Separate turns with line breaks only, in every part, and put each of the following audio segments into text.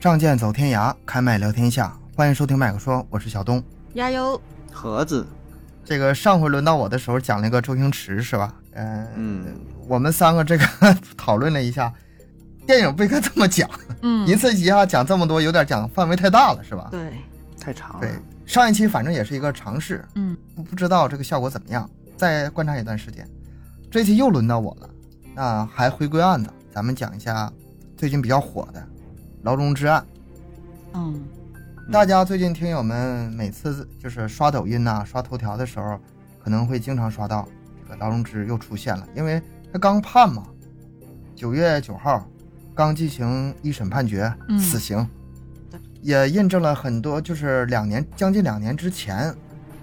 仗剑走天涯，开麦聊天下。欢迎收听麦克说，我是小东。
加油！
盒子，
这个上回轮到我的时候讲了一个周星驰，是吧？呃
嗯，
我们三个这 个讨论了一下，电影不应该这么讲，
嗯
一，次一下讲这么多，有点讲范围太大了，是吧？
对，
太长
对
了。，
上一期反正也是一个尝试，
嗯，
不不知道这个效果怎么样，再观察一段时间。这期又轮到我了，那还回归案子，咱们讲一下最近比较火的牢笼之案。
嗯，
嗯
大家最近听友们每次就是刷抖音呐、刷头条的时候，可能会经常刷到这个劳荣枝又出现了，因为他刚判嘛，九月九号刚进行一审判决，
嗯
死刑
对，
也印证了很多就是两年将近两年之前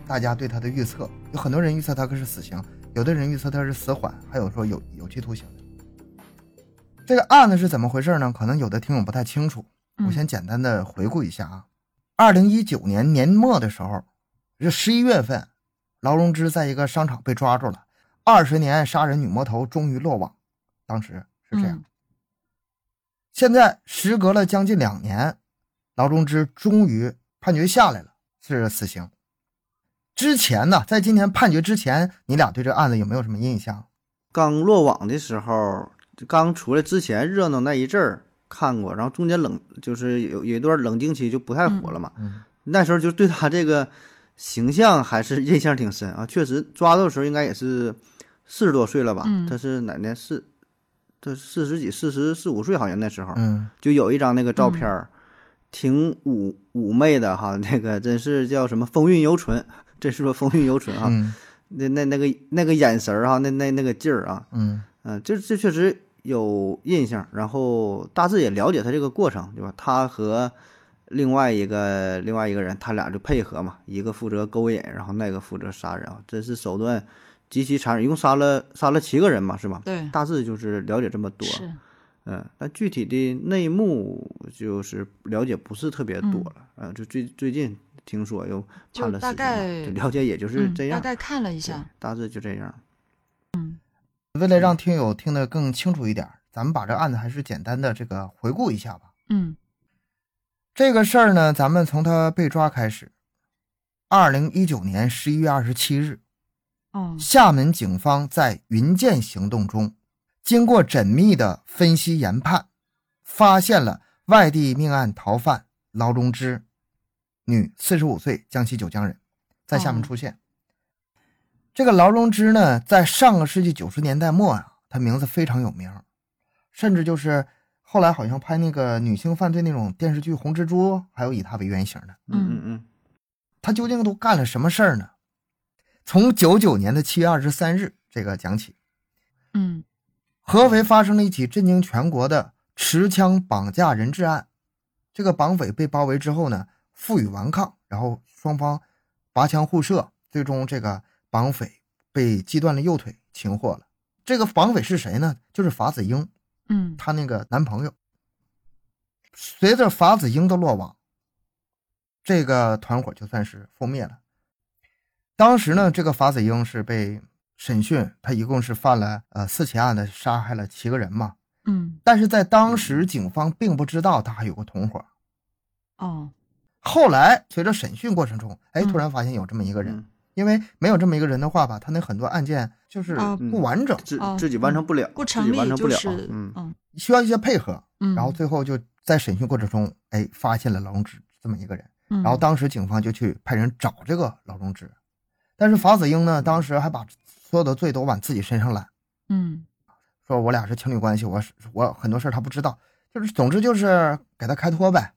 大家对他的预测，有很多人预测他是死刑，有的人预测他是死缓，还有说有有期徒刑。这个案子是怎么回事呢？可能有的听友不太清楚，
嗯
我先简单的回顾一下啊。二零一九年年末的时候，这十一月份，劳荣枝在一个商场被抓住了，二十年杀人女魔头终于落网。当时是这样。
嗯
现在时隔了将近两年，劳荣枝终于判决下来了，是死刑。之前呢，在今天判决之前，你俩对这案子有没有什么印象？
刚落网的时候，刚出来之前热闹那一阵儿看过，然后中间冷就是有有一段冷静期就不太火了嘛。
嗯
那时候就对他这个形象还是印象挺深啊。确实抓到的时候应该也是四十多岁了吧？
嗯
他是哪年四？他四十几、四十四五岁好像那时候。
嗯，
就有一张那个照片儿，挺妩妩媚的哈，那个真是叫什么风韵犹存， 真是说风韵犹存啊，
嗯
那那那个那个眼神儿哈，那那那个劲儿啊，
嗯
嗯、这这确实有印象，然后大致也了解他这个过程，对吧？他和另外一个另外一个人，他俩就配合嘛，一个负责勾引，然后那个负责杀人啊，真是手段极其残忍，一共杀了杀了七个人嘛，是吧？
对，
大致就是了解这么多，
是，
嗯，但具体的内幕就是了解不是特别多了，嗯，就最最近听说又
就
判了死
大
刑嘛，
概
就了解也就是
嗯
这
大
样，
概看了一
对
下，
大致就这样。
为了让听友听得更清楚一点，咱们把这案子还是简单的这个回顾一下吧。
嗯
这个事儿呢，咱们从他被抓开始，二零一九年十一月二十七日，
哦，
厦门警方在云剑行动中，经过缜密的分析研判，发现了外地命案逃犯劳荣枝，女，四十五岁，江西九江人，在厦门
哦
出现。这个劳荣枝呢，在上个世纪九十年代末啊，她名字非常有名，甚至就是后来好像拍那个女性犯罪那种电视剧《红蜘蛛》，还有以她为原型的。
嗯嗯嗯，
他究竟都干了什么事儿呢？从九九年的七月二十三日这个讲起，
嗯
合肥发生了一起震惊全国的持枪绑架人质案。这个绑匪被包围之后呢，负隅顽抗，然后双方拔枪互射，最终这个绑匪被击断了右腿，擒获了。这个绑匪是谁呢？就是法子英，
嗯
她那个男朋友。随着法子英的落网，这个团伙就算是覆灭了。当时呢，这个法子英是被审讯，他一共是犯了呃四起案的，杀害了七个人嘛。
嗯，
但是在当时，警方并不知道他还有个同伙。
哦，
后来随着审讯过程中，哎，
嗯
突然发现有这么一个人，
嗯
因为没有这么一个人的话吧，他那很多案件就是
啊
不完整，
自
哦
自己完成不了，
不
自
成
己
立
完成不
就
了，
是，
嗯，
嗯
需要一些配合。
嗯，
然后最后就在审讯过程中，哎，发现了劳荣枝这么一个人。
嗯，
然后当时警方就去派人找这个劳荣枝，但是法子英呢，当时还把所有的罪都往自己身上揽，
嗯
说我俩是情侣关系，我是我很多事儿他不知道，就是总之就是给他开脱呗。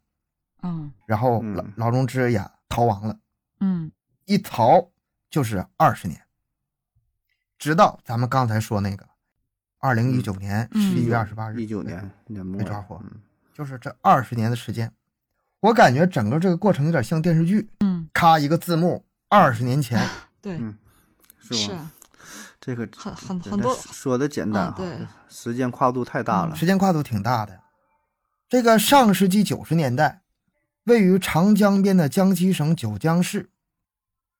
嗯
然后
嗯
劳劳荣枝也逃亡了，
嗯
一逃就是二十年，直到咱们刚才说那个二零一九年十
嗯
一月二十八日，
嗯一九年年末
被抓获
嗯
就是这二十年的时间，我感觉整个这个过程有点像电视剧，
嗯，
咔一个字幕，二十年前，
对，
嗯是
是
吧？
啊，
这个
很很
真
很
的
多，
说的简单
嗯
哈，
对
这时间跨度太大了
时，间跨度挺大的。这个上世纪九十年代，位于长江边的江西省九江市，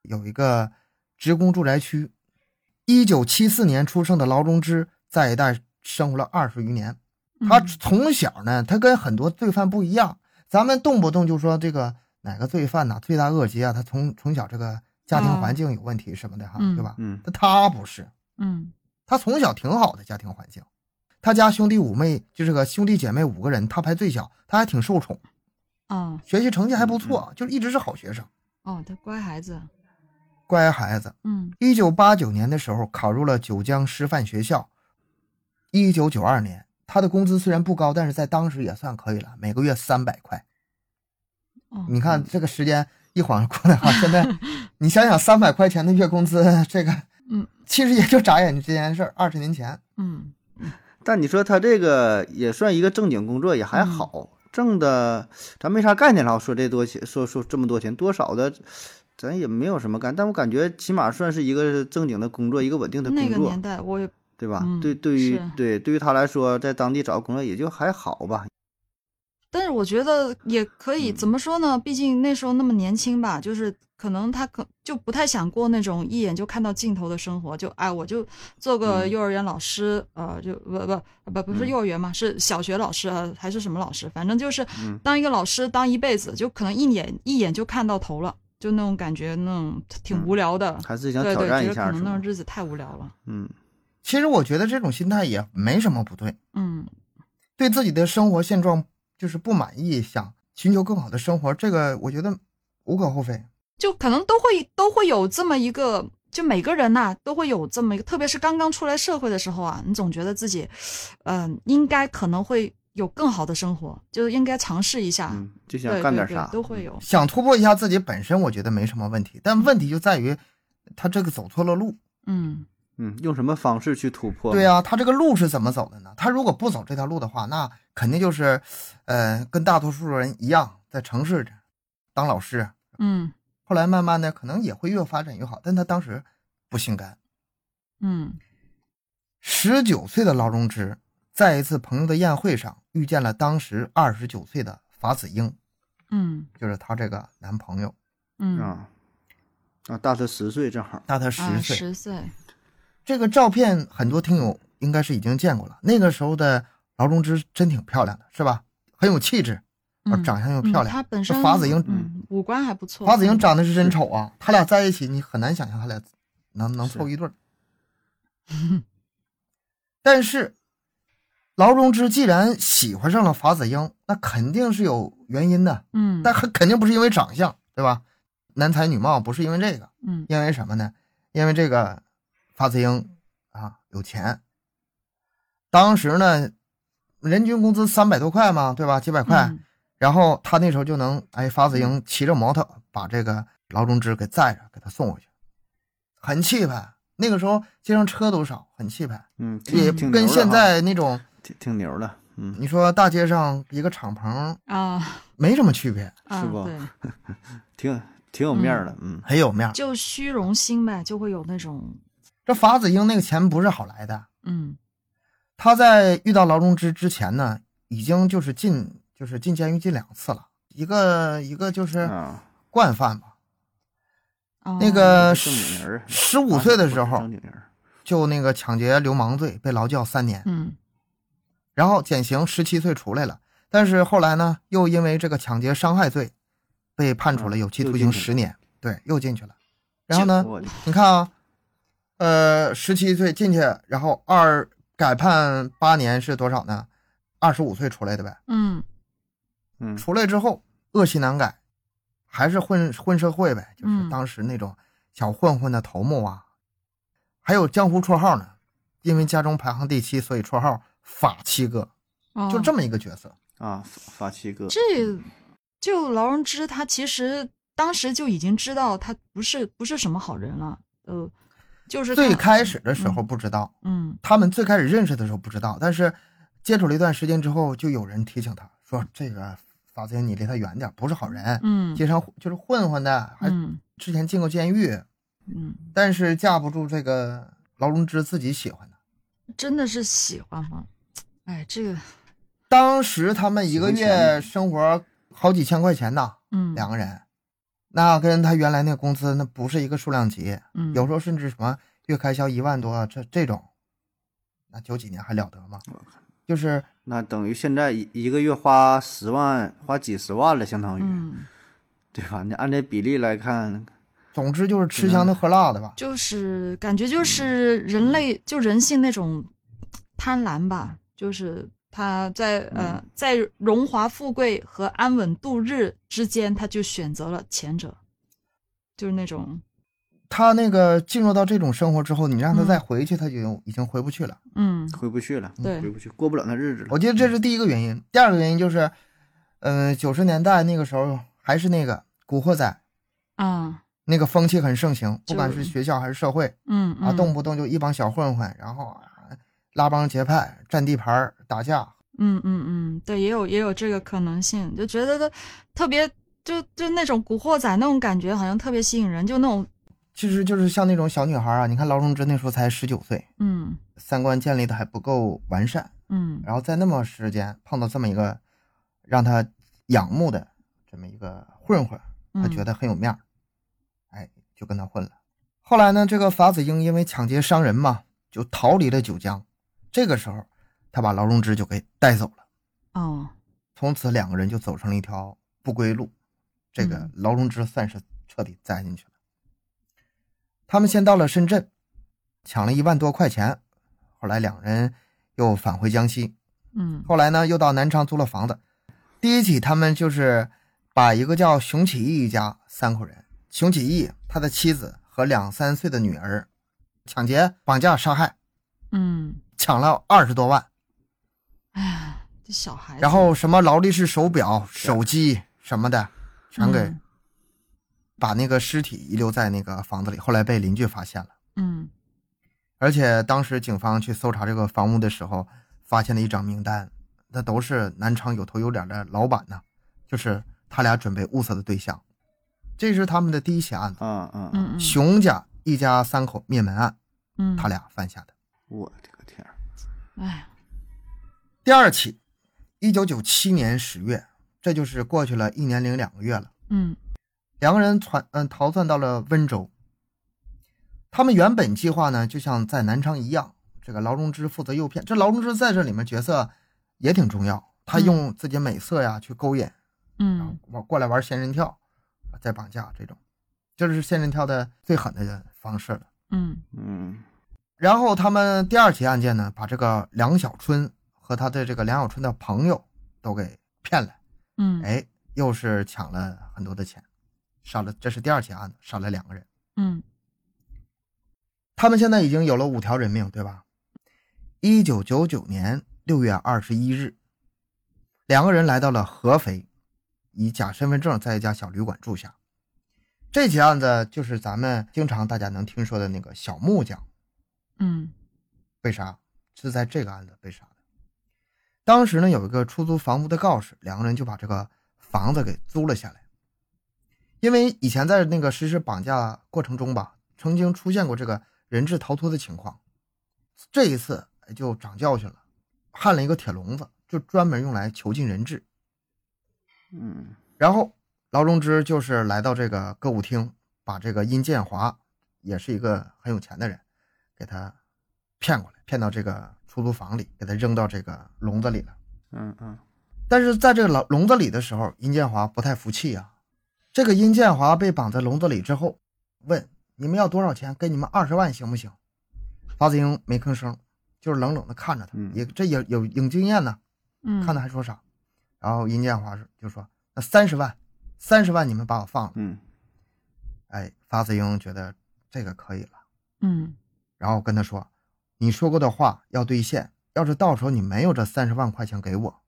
有一个职工住宅区。一九七四年出生的劳荣枝在一带生活了二十余年。他
嗯
从小呢，他跟很多罪犯不一样，咱们动不动就说这个哪个罪犯呐、罪大恶极啊，他从从小这个家庭环境有问题什么的哈，
嗯
对吧？
嗯
但他不是，
嗯
他从小挺好的家庭环境，他家兄弟五妹就是个兄弟姐妹五个人，他排最小，他还挺受宠，
哦
学习成绩还不错，
嗯
就是一直是好学生，
哦，他乖孩子，
乖孩子。
嗯
一九八九年的时候考入了九江师范学校。一九九二年，他的工资虽然不高，但是在当时也算可以了，每个月三百块。
哦，
你看这个时间一晃过来哈，现在你想想三百块钱的月工资，这个
嗯
其实也就眨眼这件事儿，二十年前。
嗯
但你说他这个也算一个正经工作，也
嗯
还好，挣的咱没啥概念了。说这多钱，说说这么多钱，多少的，咱也没有什么干。但我感觉起码算是一个正经的工作，一个稳定的工
那个
作，
年代我也
对吧？
嗯
对，对于
是
对对于他来说，在当地找个工作也就还好吧。
但是我觉得也可以，
嗯
怎么说呢？毕竟那时候那么年轻吧，就是可能他可就不太想过那种一眼就看到尽头的生活，就哎，我就做个
嗯
幼儿园老师，呃，就不不不不是
嗯
幼儿园嘛，是小学老师啊，还是什么老师，反正就是
嗯
当一个老师当一辈子，就可能一眼一眼就看到头了，就那种感觉，那种挺
嗯
无聊的。
还是想
对
挑
对，
战
觉
一
得
下，
可
是
能那
吗
种？日子太无聊了。
嗯
其实我觉得这种心态也没什么不对，
嗯
对自己的生活现状就是不满意，想寻求更好的生活，这个我觉得无可厚非。
就可能都会都会有这么一个，就每个人呐、都会有这么一个，特别是刚刚出来社会的时候啊，你总觉得自己，嗯、应该可能会有更好的生活，就是应该尝试一下，
嗯，就
啊对
想干
对
点啥
对，，都会有，
想突破一下自己本身，我觉得没什么问题，但问题就在于他这个走错了路。
嗯
嗯，用什么方式去突破？
对、呀、他这个路是怎么走的呢？他如果不走这条路的话，那肯定就是，呃，跟大多数人一样，在城市当老师，
嗯
后来慢慢的可能也会越发展越好，但他当时不心甘。
嗯
十九岁的劳荣枝在一次朋友的宴会上遇见了当时二十九岁的法子英，
嗯
就是她这个男朋友，
嗯，
啊啊，大他十岁正好。
大她十
啊，
岁。
十岁，
这个照片很多听友应该是已经见过了，那个时候的劳荣枝真挺漂亮的，是吧？很有气质，
嗯
长相又漂
嗯
亮。
她本身
法子英
嗯，五官还不错，
法子英长得是真丑啊，他俩在一起，你很难想象他俩能能
是
凑一 对儿。但是，劳荣枝既然喜欢上了法子英，那肯定是有原因的，
嗯，
但很肯定不是因为长相，对吧？男才女貌不是因为这个，
嗯
因为什么呢？因为这个法子英啊有钱，当时呢人均工资三百多块嘛，对吧？几百块，
嗯
然后他那时候就能哎，法子
嗯
英骑着摩托把这个劳荣枝给载着，给他送回去，很气派。那个时候街上车都少，很气派，
嗯，挺
也
挺
跟
牛的
现
哈
在那种
挺挺牛的，嗯，
你说大街上一个敞篷
啊
没什么区别，
啊，
是 不
对，
挺挺有面儿的，嗯
很有面儿。
就虚荣心呗，就会有那种，
这法子英那个钱不是好来的，
嗯
他在遇到劳荣枝之前呢，已经就是进就是进监狱进两次了，一个一个就是
啊，
惯犯吧。
哦
那
嗯
个
正经人儿
呃十五岁的时
啊
候
正经人儿，
就那个抢劫流氓罪被劳教三年，
嗯
然后减刑十七岁出来了，但是后来呢又因为这个抢劫伤害罪被判处了有期徒刑
嗯又进去
十年，对，又进去了。然后呢，
我的
你看啊，呃，十七岁进去，然后二改判八年是多少呢？二十五岁出来的呗。
嗯
嗯，
出来之后恶习难改，还是混混社会呗，就是
嗯
当时那种小混混的头目啊，还有江湖绰号呢，因为家中排行第七，所以绰号法七哥，
哦
就这么一个角色。
啊，法法七哥，
这就劳荣枝，他其实当时就已经知道他不是不是什么好人了，呃，就是
最
看
开始的时候不知道，
嗯
他们最开始认识的时候不知道，但是接触了一段时间之后，就有人提醒他说：“这个法子你离他远点，不是好人，
嗯
街上就是混混的，还
嗯
之前进过监狱，
嗯，
但是架不住这个劳荣枝自己喜欢的。”
真的是喜欢吗？哎，这个
当时他们一个
几块钱
月生活好几千块钱呐，
嗯
两个人，那跟他原来那工资那不是一个数量级，
嗯
有时候甚至什么月开销一万多啊，这这种，那九几年还了得吗？就是
那等于现在一一个月花十万，花几十万了，相当于，
嗯，
对吧？你按这比例来看，
总之就是吃香的喝辣的
嗯
吧。
就是感觉
嗯
就是人类就人性那种贪婪吧，就是他在呃
嗯
在荣华富贵和安稳度日之间，他就选择了前者，就是那种
他那个进入到这种生活之后，你让他
嗯
再回去，他就已经回不去了。
嗯
回不去了，
对
回不去，过不了那日子了。
我觉得这是第一个原因。第二个原因就是，嗯、九十年代那个时候还是那个《古惑仔》
啊
那个风气很盛行，不管
就是
学校还是社会
嗯
啊，
嗯
动不动就一帮小混混，然后啊拉帮结派、占地盘儿、打架。
嗯嗯嗯，对，也有也有这个可能性，就觉得他特别就就那种古惑仔那种感觉，好像特别吸引人，就那种
其实就是像那种小女孩啊，你看劳荣枝那时候才十九岁，
嗯
三观建立的还不够完善，
嗯
然后在那么时间碰到这么一个让她仰慕的这么一个混混，他
嗯
觉得很有面儿，哎，就跟他混了。后来呢，这个法子英因为抢劫伤人嘛，就逃离了九江。这个时候，他把劳荣枝就给带走了，
哦
从此两个人就走上了一条不归路。这个
嗯
劳荣枝算是彻底栽进去了。他们先到了深圳，抢了一万多块钱，后来两人又返回江西，
嗯
后来呢，又到南昌租了房子。第一起，他们就是把一个叫熊启义一家三口人，熊启义他的妻子和两三岁的女儿，抢劫、绑架、杀害，
嗯，
抢了二十多万，
哎呀，这小孩子，嗯
然后什么劳力士手表、手机什么的，全给
嗯
把那个尸体遗留在那个房子里。后来被邻居发现了，
嗯
而且当时警方去搜查这个房屋的时候，发现了一张名单，那都是南昌有头有脸的老板呐，就是他俩准备物色的对象。这是他们的第一起案子，
啊啊！啊
嗯嗯，
熊家一家三口灭门案，
嗯
他俩犯下的。
我的个天儿，
哎呀
第二起，一九九七年十月，这就是过去了一年零两个月了。
嗯
两个人窜嗯逃窜到了温州。他们原本计划呢，就像在南昌一样，这个劳荣枝负责诱骗。这劳荣枝在这里面角色也挺重要，他
嗯
用自己美色呀去勾引，然后
嗯
过过来玩仙人跳，再绑架这种，这是仙人跳的最狠的方式了。
嗯
嗯
然后他们第二起案件呢，把这个梁小春和他的这个梁小春的朋友都给骗来，
嗯
哎，又是抢了很多的钱，杀了，这是第二起案子，杀了两个人。
嗯
他们现在已经有了五条人命，对吧？一九九九年六月二十一日，两个人来到了合肥，以假身份证在一家小旅馆住下。这起案子就是咱们经常大家能听说的那个小木匠
嗯
被杀，是在这个案子被杀的。当时呢，有一个出租房屋的告示，两个人就把这个房子给租了下来。因为以前在那个实施绑架过程中吧，曾经出现过这个人质逃脱的情况，这一次哎就长教训了，焊了一个铁笼子，就专门用来囚禁人质。
嗯
然后劳荣枝就是来到这个歌舞厅，把这个殷建华，也是一个很有钱的人，给他骗过来，骗到这个出租房里，给他扔到这个笼子里了。
嗯嗯，
但是在这个笼笼子里的时候，殷建华不太服气啊。这个殷建华被绑在笼子里之后，问你们要多少钱？给你们二十万行不行？法子英没吭声，就是冷冷的看着他，
嗯
也这也有有经验呢、
嗯，
看他还说啥。然后殷建华说就说：“那三十万，三十万你们把我放了。
嗯”
哎，法子英觉得这个可以了，
嗯
然后跟他说：“你说过的话要兑现，要是到时候你没有这三十万块钱给我，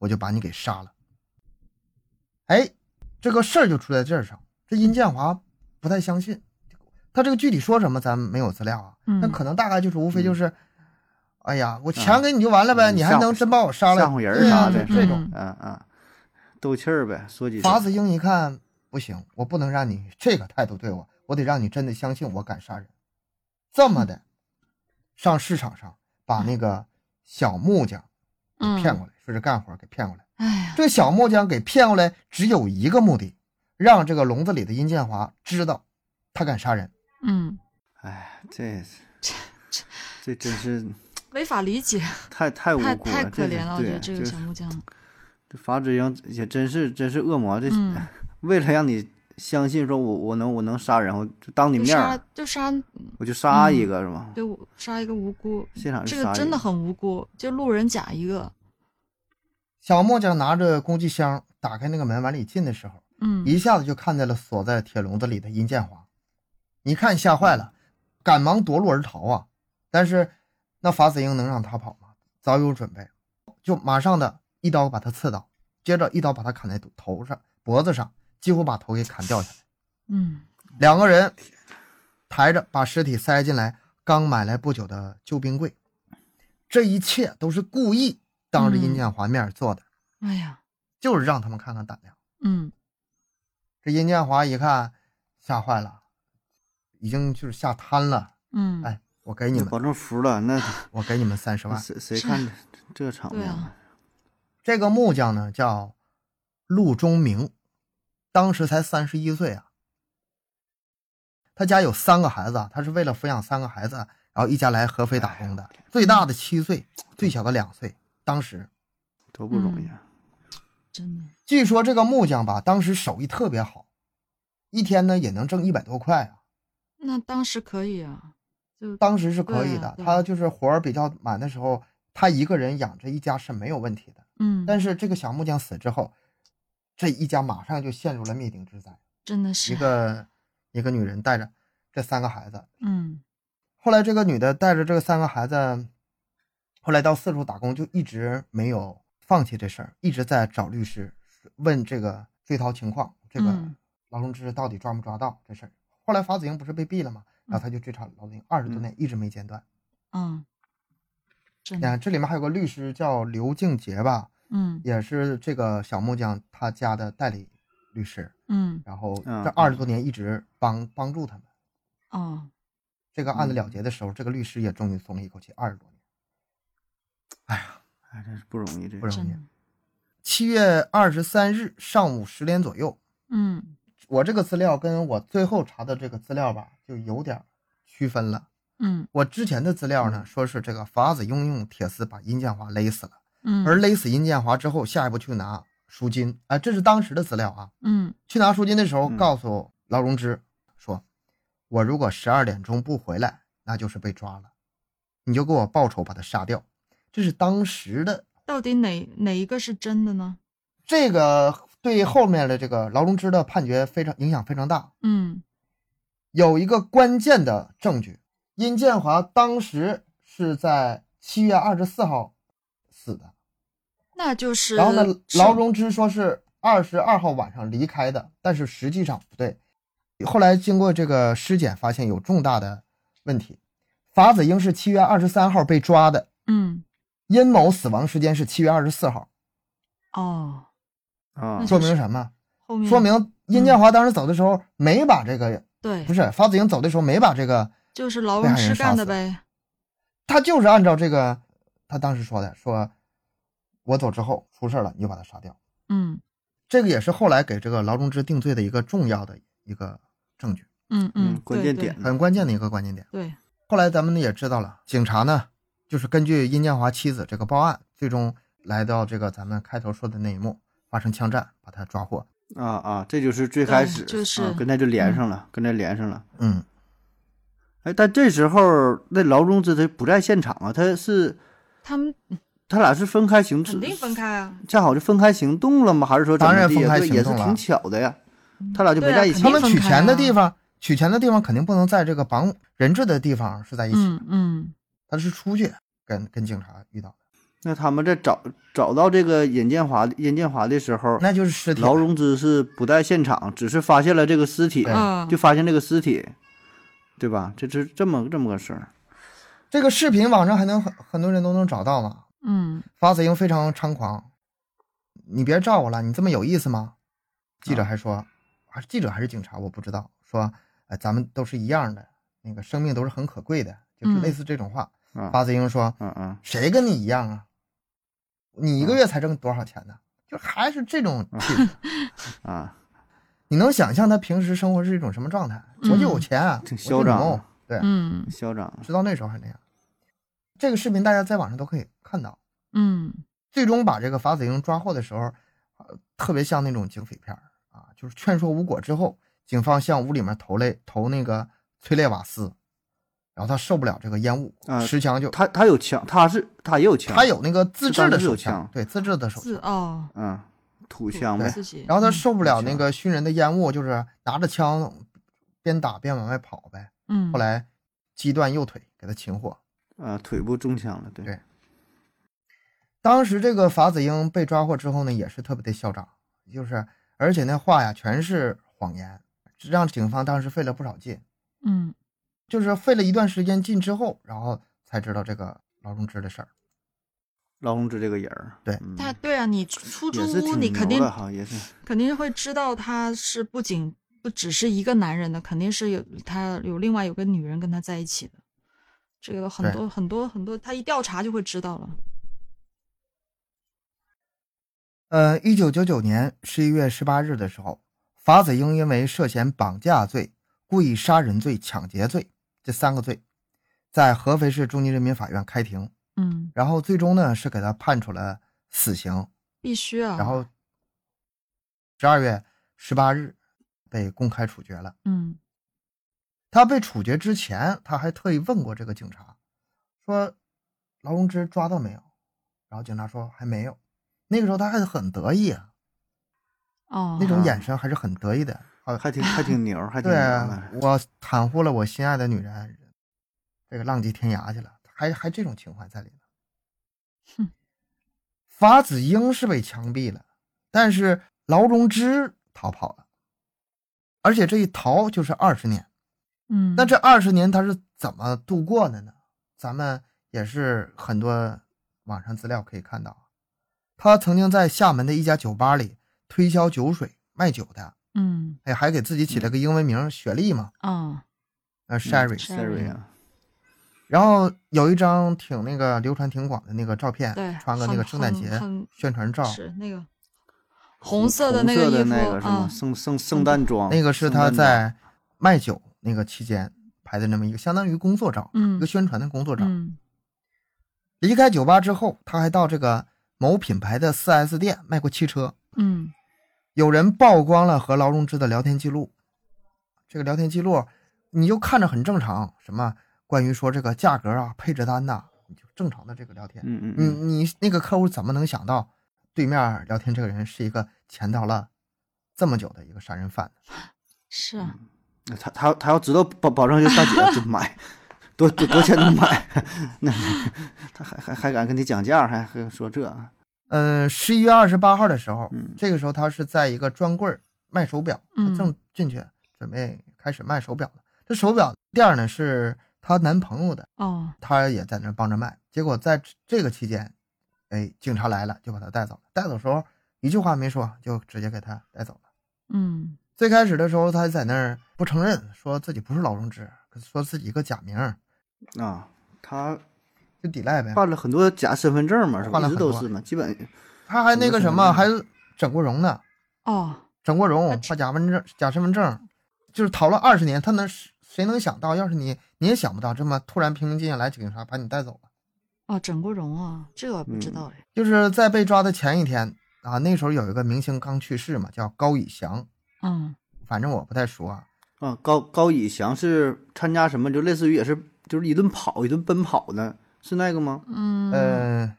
我就把你给杀了。”哎，这个事儿就出在这儿上。这殷建华不太相信，他这个具体说什么咱没有资料啊，
嗯
那可能大概就是无非就是。哎呀，我钱
啊
给你就完了呗，
嗯
你还
吓唬
能真把我杀了？
吓唬人儿
对呀
啥的
就这种。
嗯
嗯啊，斗气儿呗，说几句
法子英一看不行，我不能让你这个态度对我，我得让你真的相信我敢杀人。这么的，上市场上把那个小木匠给
嗯
骗过来，说是干活给骗过来。
哎呀，
这个小木匠给骗过来，只有一个目的，让这个笼子里的殷建华知道他敢杀人。
嗯
哎，这这真是
没法理解，
太太无辜
太
了，
太可
这是
怜了。我觉
对，
得这
就
个
是
小木匠，
这法子英也真是真是恶魔，这、
嗯，
为了让你相信说我我能我能杀人，我就当你
就
面
杀
儿
就杀
我就杀一个、是吗？
就杀一个无辜，
现场就
这
杀
个
一
真的很无辜，就路人甲一个。
小木匠拿着工具箱打开那个门往里进的时候，
嗯，
一下子就看见了锁在铁笼子里的殷建华，一看吓坏了，赶忙夺路而逃啊！但是那法子英能让他跑吗？早有准备，就马上的一刀把他刺倒，接着一刀把他砍在头上、脖子上，几乎把头给砍掉下来。
嗯，
两个人抬着把尸体塞进来刚买来不久的旧冰柜，这一切都是故意当着殷建华面做的，
哎呀，
就是让他们看看胆量。
嗯
这殷建华一看，吓坏了，已经就是吓瘫了。
嗯，
哎，我给你
那
们，
保证服了，那
我给你们三十
那
万。
谁谁看这场
对
面？
啊
这个木匠呢叫陆中明，当时才三十一岁啊。他家有三个孩子啊，他是为了抚养三个孩子，然后一家来合肥打工的。最大的七岁，最小的两岁。当时
多不容易
嗯
啊！
真的，
据说这个木匠吧，当时手艺特别好，一天呢也能挣一百多块啊。
那当时可以啊，就
当时是可以的
嗯对，对
他就是活儿比较满的时候，他一个人养这一家是没有问题的。
嗯，
但是这个小木匠死之后，这一家马上就陷入了灭顶之灾。
真的是
一个一个女人带着这三个孩子，
嗯
后来这个女的带着这三个孩子，后来到四处打工，就一直没有放弃这事儿，一直在找律师问这个追逃情况，这个
嗯
劳动枝到底抓没抓到这事儿。后来法子英不是被毙了吗？然后他就追查劳动营二十多年一直没间断。
嗯，
嗯
真
呀，
的，
这里面还有个律师叫刘敬杰吧，
嗯
也是这个小木匠他家的代理律师，
嗯
然后
嗯
这二十多年一直帮帮助他们。
哦，
这个案子
嗯
了结的时候，这个律师也终于松了一口气，二十多年。
哎，真是不容易，这
不容易
真的，
七月二十三日上午十点左右，
嗯
我这个资料跟我最后查的这个资料吧，就有点区分了。
嗯
我之前的资料呢，
嗯
说是这个法子英用铁丝把殷建华勒死了，
嗯，
而勒死殷建华之后，下一步去拿赎金，啊，这是当时的资料啊。
嗯
去拿赎金的时候，
嗯
告诉劳荣枝说：“我如果十二点钟不回来，那就是被抓了，你就给我报仇，把他杀掉。”这是当时的
到底哪哪一个是真的呢？
这个对后面的这个劳荣枝的判决非常影响非常大。
嗯
有一个关键的证据，殷建华当时是在七月二十四号死的，，
那就是
然后呢，
是
劳荣枝说是二十二号晚上离开的，但是实际上不对。后来经过这个尸检，发现有重大的问题。法子英是七月二十三号被抓的，
嗯
殷某死亡时间是七月二十四号，
哦，
啊
那！
说明什么？
后面
说明殷建华当时走的时候没把这个，
对
不，是法子英走的时候没把这个，
就是劳
被
荣
害人
枝
杀
干的
死
呗。
他就是按照这个他当时说的，说我走之后出事了，你就把他杀掉。
嗯
这个也是后来给这个劳荣枝定罪的一个重要的一个证据。
嗯
嗯
嗯，，
关
对
键点，呢？
很关键的一个关键点。
对，
后来咱们也知道了，警察呢，就是根据殷建华妻子这个报案，最终来到这个咱们开头说的那一幕，发生枪战，把他抓获。
啊啊，这就是最开
对
始，
就是
啊、跟他就连
嗯
上了，跟他连上了。
嗯，
哎，但这时候那劳荣枝他不在现场啊，他是
他们
他俩是分开行动，
肯定分开啊，
恰好就分开行动了吗？还是说怎
当
么
然
地
分
啊？
开
对也
行
是
动了
挺巧的呀，他俩就没
对啊
在一
肯
起
他
定
们取钱的地
分
方，取钱的地方肯定不能在这个绑人质的地方是在一起，
嗯嗯
他是出去跟跟警察遇到的，
那他们在找找到这个尹建华尹建华的时候，
那就是尸体了。
劳荣枝是不在现场，只是发现了这个尸体，
对
啊
就，发现这个尸体，对吧？这是这么这么个事儿。
这个视频网上还能很很多人都能找到嘛？
嗯
法子英非常猖狂，你别照我了，你这么有意思吗？记者
啊
还说，还是记者还是警察，我不知道。说，呃，咱们都是一样的，那个生命都是很可贵的，就是
嗯
类似这种话。
啊
法子英说，
嗯嗯，
谁跟你一样啊？你一个月才挣多少钱呢？就还是这种气 质。
啊，
你能想象他平时生活是一种什么状态？我就有钱啊，我
嗯挺
就
嚣张
牛
啊
对，
嗯
校长，
直到那时候还那样。这个视频大家在网上都可以看到。
嗯，
最终把这个法子英抓获的时候，呃特别像那种警匪片儿啊，就是劝说无果之后，警方向屋里面投了投那个催泪瓦斯，然后他受不了这个烟雾，
啊
持枪就
他他有枪，他是他也有枪，
他有那个自制的
当时有
手枪
枪，
对自制的手
自
枪，
哦，
嗯土枪呗，
自己，
然后他
嗯
受不了
嗯
那个熏人的烟雾，就是拿着枪边打边往外跑呗。
嗯，
后来击断右腿，给他擒获。
啊腿部中枪了，对
对当时这个法子英被抓获之后呢，也是特别的嚣张，就是而且那话呀全是谎言，让警方当时费了不少劲，
嗯
就是费了一段时间劲之后，然后才知道这个劳荣枝的事儿。
劳荣枝这个人儿，
对
嗯
他对啊，你出租
也是
屋
挺
你肯
牛
定
的哈，也是
肯定会知道他是不仅不只是一个男人的，肯定是有他有另外有个女人跟他在一起的。这个很多很多很多，他一调查就会知道了。
呃，一九九九年十一月十八日的时候，法子英因为涉嫌绑架罪、故意杀人罪、抢劫罪这三个罪，在合肥市中级人民法院开庭，
嗯，
然后最终呢是给他判处了死刑，
必须啊。
然，后十二月十八日被公开处决了。
嗯
他被处决之前，他还特意问过这个警察，说劳荣枝抓到没有？然后警察说还没有。那个时候他还很得意啊，
哦
那，种眼神还是很得意的。啊，
还挺还挺牛，还挺
对
牛
啊
的，，嗯
我袒护了我心爱的女人，这个浪迹天涯去了，还还这种情怀在里面。
哼，
法子英是被枪毙了，但是劳荣枝逃跑了，而且这一逃就是二十年。
嗯，
那这二十年他是怎么度过的呢？咱们也是很多网上资料可以看到，啊他曾经在厦门的一家酒吧里推销酒水、卖酒的，
嗯
哎，还给自己起了个英文名儿雪莉嘛，
啊，
呃，Sherry。
是
Sherry 啊，
然后有一张挺那个流传挺广的那个照片
对，
穿个那
很
个圣诞节
很很
宣传照，
是那个红色的那
红色
衣
的
服
那个什么
啊，
圣圣圣诞装，
那个是他
哦圣诞
在卖酒那个期间拍的那么一个相当于工作照，
嗯
一个宣传的工作照。
嗯
离开酒吧之后，他还到这个某品牌的 4S 店卖过汽车。
嗯
有人曝光了和劳荣枝的聊天记录，这个聊天记录你就看着很正常，什么关于说这个价格啊、配置单呐、你就正常的这个聊天
装，。嗯嗯
你
嗯，
你那个客户怎么能想到对面聊天这个人是一个潜逃了这么久的一个杀人犯呢？
是
嗯
啊，
那他他他要知道保保证就大姐就买， 多多多钱能买，那他还还还敢跟你讲价，还还说这，啊
嗯，十一月二十八号的时候，
嗯
这个时候他是在一个专柜儿卖手表，他
嗯
正进去准备开始卖手表呢。这手表店儿呢是她男朋友的，
哦，
她也在那儿帮着卖。结果在这个期间，哎，警察来了就把他带走了。带走的时候一句话没说，就直接给他带走了。
嗯
最开始的时候，他在那儿不承认，说自己不是劳荣枝，说自己一个假名儿，
啊，他
就抵赖呗。
办了很多假身份证嘛，是吧？
办了
一直都
很多
是嘛，基本
他还那个什么，啊
嗯
还整过容呢，
哦，
整过容
他，
办假文证、假身份证，就是逃了二十年。他能谁能想到？要是你，你也想不到，这么突然平平静静来警察把你带走了。
哦，整过容啊，这个我不知
嗯
道哎。
就是在被抓的前一天啊，那时候有一个明星刚去世嘛，叫高以翔，
嗯
反正我不太熟啊。
啊，高高以翔是参加什么，就类似于也是就是一顿跑一顿奔跑的，是那个吗？
嗯，
呃，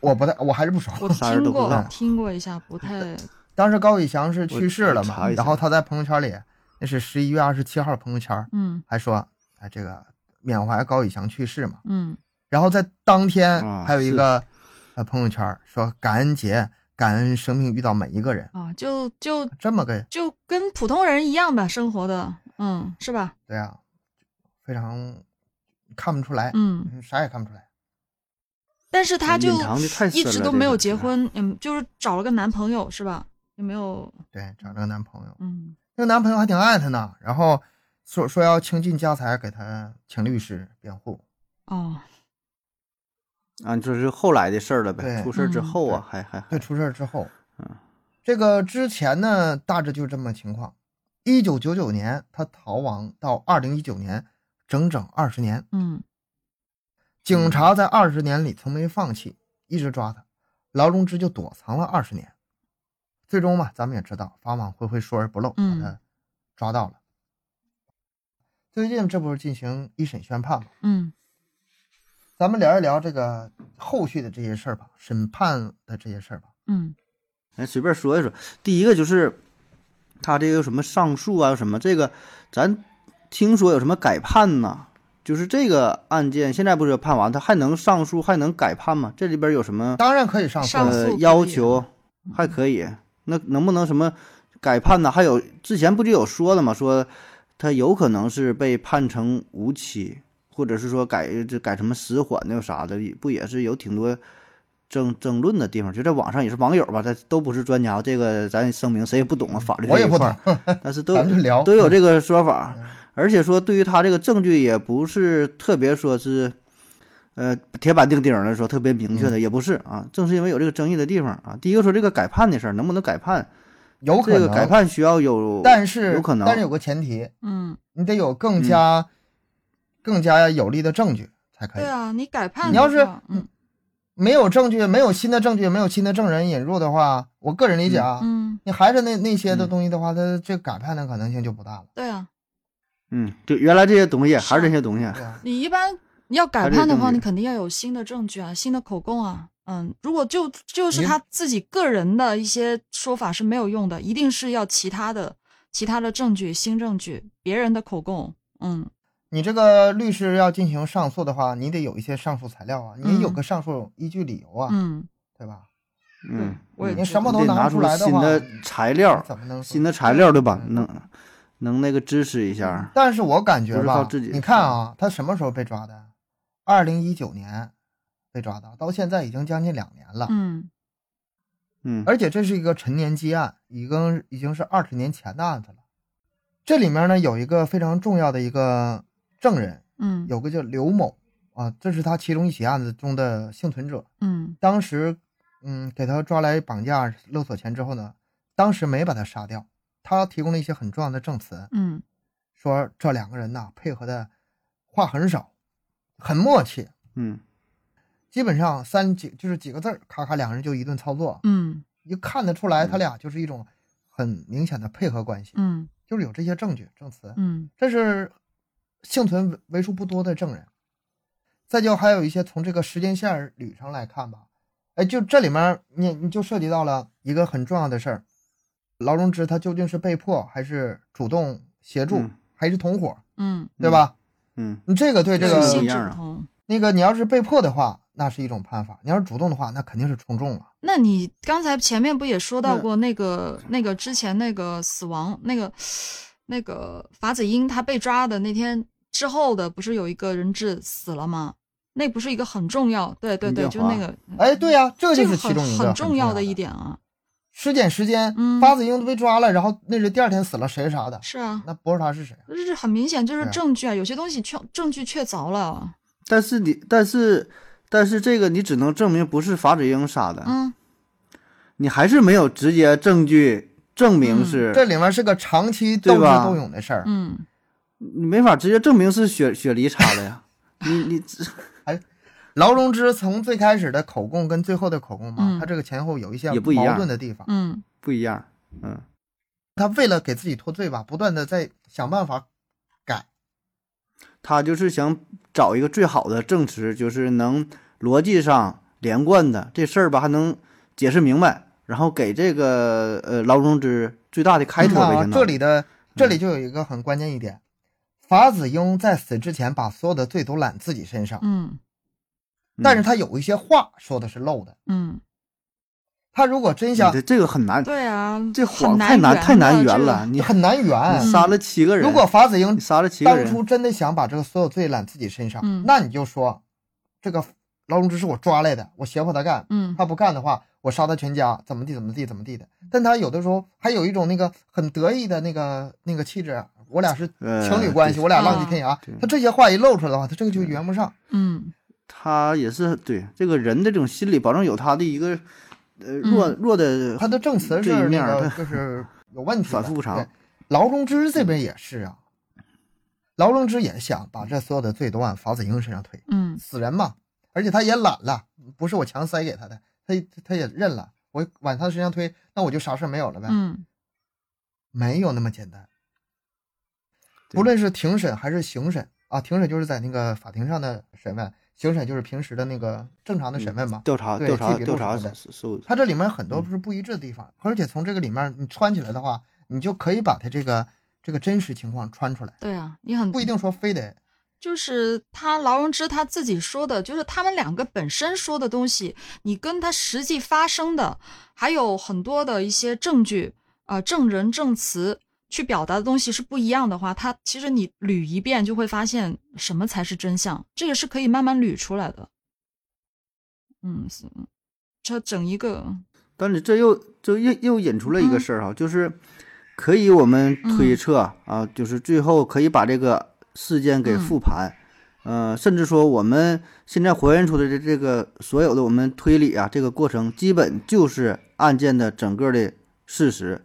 我不太，我还是不熟。
我
仨人
听
都不
过
在，
听过一下，不 太
当时高以翔是去世了
我
嘛
查，一下
然后他在朋友圈里，那是十一月二十七号朋友圈
嗯
还说，哎，这个缅怀高以翔去世嘛。
嗯
然后在当天
啊
还有一个呃朋友圈说感恩节，感恩生命遇到每一个人，
啊，就就
这么个
就跟普通人一样吧，生活的，嗯，是吧？
对啊，非常看不出来，
嗯，
啥也看不出来。
但是他就
隐藏的太深
一
了
直都没有结，婚，嗯，就是找了个男朋友是吧？也没有，
对，找了个男朋友，
嗯
那个男朋友还挺爱她呢，然后说说要倾尽家财给她请律师辩护。
哦，
这个啊，就是后来的事儿了
对
呗，出事儿之
嗯
后啊，还还
对，出事儿之后，
嗯，
这个之前呢，大致就这么情况。一九九九年，她逃亡到二零一九年，整整二十年。
嗯
警察在二十年里从没放弃，一直抓他，牢中之就躲藏了二十年。最终嘛，咱们也知道，法网恢恢，疏而不漏，把
嗯
他抓到了。最近这不是进行一审宣判吗？
嗯
咱们聊一聊这个后续的这些事儿吧，审判的这些事儿吧。
嗯
哎，随便说一说。第一个就是他这个有什么上诉啊，有什么这个，咱听说有什么改判呐、就是这个案件现在不是要判完，他还能上诉，还能改判吗？这里边有什么
当然可以上诉
上
了，
诉
呃
可以
要求？还可以。那能不能什么改判呢？还有之前不就有说了吗？说他有可能是被判成无期，或者是说改这改什么死缓那啥的，不也是有挺多争争论的地方？就在网上也是网友吧，他都不是专家，这个咱声明谁也不懂啊，法律
我
这
也
一
不
块
懂
儿，，但是都
咱们就聊
都有这个说法
嗯，
而且说对于他这个证据也不是特别说是，呃，铁板钉钉的说特别明
嗯
确的，也不是啊。正是因为有这个争议的地方啊，第一个说这个改判的事儿能不能改判，
有可
这
能
个改判需要有，
但是
有可能嗯
但是有个前提，
嗯，
你得有更加、更加有力的证据才可以
对。啊，你改判
你要
的
是
话嗯
没有证据，没有新的证据，没有新的证人引入的话，我个人理解啊，
嗯
你还是那那些的
嗯
东西的话，它这改判的可能性就不大了。
对啊，
嗯，就原来这些东西还是这些东西，
对啊，
你一般要改
还是
判的话，
证据
你肯定要有新的证据啊，新的口供啊。嗯，如果就就是
你
他自己个人的一些说法是没有用的，一定是要其他的、其他的证据、新证据、别人的口供。嗯
你这个律师要进行上诉的话，你得有一些上诉材料啊，你有个上诉依据理由啊，
嗯，
对吧？
嗯，
我也
嗯
你什么都
你得
拿
拿
出来的
新
话
的材料，
怎么能
新的材料对吧？
嗯
能能那个支持一下，
但是我感觉
不是靠
吧，
自己
你看啊，他什么时候被抓的？二零一九年被抓到，到现在已经将近两年了。
嗯
嗯，
而且这是一个陈年积案，已经已经是二十年前的案子了。这里面呢有一个非常重要的一个证人，
嗯
有个叫刘某啊，这是他其中一起案子中的幸存者。
嗯
当时，嗯，给他抓来绑架勒索钱之后呢，当时没把他杀掉，他提供了一些很重要的证词，
嗯
说这两个人呐、配合的话很少，很默契，
嗯
基本上三几就是几个字儿，咔咔两人就一顿操作，
嗯
你就看得出来，他俩就是一种很明显的配合关系，
嗯
就是有这些证据证词，
嗯
这是幸存为为数不多的证人。再就还有一些从这个时间线儿捋上来看吧，哎，就这里面你你就涉及到了一个很重要的事儿，劳荣枝他究竟是被迫还是主动协助，
嗯
还是同伙，
嗯，
对吧？
嗯
你这个对这
这
个
个
性
一
质
样啊
不同。
那个，你要是被迫的话，那是一种判法；你要是主动的话，那肯定是从众了。
那你刚才前面不也说到
那
过那个那个之前那个死亡那个那个法子英他被抓的那天之后的，不是有一个人质死了吗？那不是一个很重要，对对
林
对，
建
就
华
那个，
哎，对呀、这
这
就是
个
其中一
很
个
很
很
重
要
的一
点。
点啊，
尸检时间，
嗯
八子英被抓了，然后那是第二天死了，谁杀的？
是啊，
那不是他是谁？
就是很明显就是
对啊
证据啊，有些东西确证据确凿了，
但是你但是但是这个你只能证明不是法子英杀的，
嗯
你还是没有直接证据证明是，
嗯这里面是个长期斗智
对吧
斗勇的事儿。
嗯，
你没法直接证明是雪雪梨杀的呀。你你
劳荣枝从最开始的口供跟最后的口供嘛
嗯，
他这个前后有一些
也不一样
矛盾的地方。
嗯
不一样，嗯，
他为了给自己脱罪吧，不断的在想办法改。
他就是想找一个最好的证词，就是能逻辑上连贯的这事儿吧，还能解释明白，然后给这个呃劳荣枝最大的开
你
脱
看
呗，
啊
相，
这
当于
里的这
嗯
里就有一个很关键一点，法子英在死之前把所有的罪都揽自己身上，
嗯
但是他有一些话说的是漏的。
嗯，
他如果真
你
想
这，这个很难，
对啊，
这
很
谎太难
圆
太难
的
圆
这个
了，你
很难圆
你。杀了七个人，
如果法子英
你杀了七个
当
人，
初真的想把这个所有罪揽自己身上，
嗯
那你就说，这个劳荣枝是我抓来的，我胁迫他干，
嗯
他不干的话，我杀他全家，怎么地怎么地怎么地的。但他有的时候还有一种那个很得意的那个那个气质，啊我俩是
呃
情侣关系，
对
我俩浪迹天涯。
对
他这些话一露出来的话，他这个就圆不上。
嗯
他也是对这个人的这种心理，保证有他的一个呃弱弱的
他的证词
这
是
一面
那
儿
个
他
就是有问题的，
反复无常嗯
对。劳荣枝这边也是啊，劳荣枝也想把这所有的罪都往法子英身上推。
嗯嗯
死人嘛，而且他也懒了，不是我强塞给他的，他他也认了，我往他身上推，那我就啥事儿没有了呗，
嗯
没有那么简单。
对
不论是庭审还是刑审啊，庭审就是在那个法庭上的审问，刑审就是平时的那个正
嗯
常的审问嘛。
调查
对
调查
记笔录
调查
什么的
是是
它这里面
嗯
很多不是不一致的地方，而且从这个里面你穿起来的话，你就可以把它这个这个真实情况穿出来，
对啊，你很
不一定说非得
就是他劳荣枝他自己说的，就是他们两个本身说的东西，你跟他实际发生的，还有很多的一些证据，呃，证人证词去表达的东西是不一样的话，他其实你捋一遍就会发现什么才是真相，这个是可以慢慢捋出来的。嗯，是这整一个，
但是这又这又又引出了一个事儿哈，就是可以我们推测、啊，就是最后可以把这个事件给复盘，呃，甚至说我们现在还原出的这这个所有的我们推理啊这个过程，基本就是案件的整个的事实，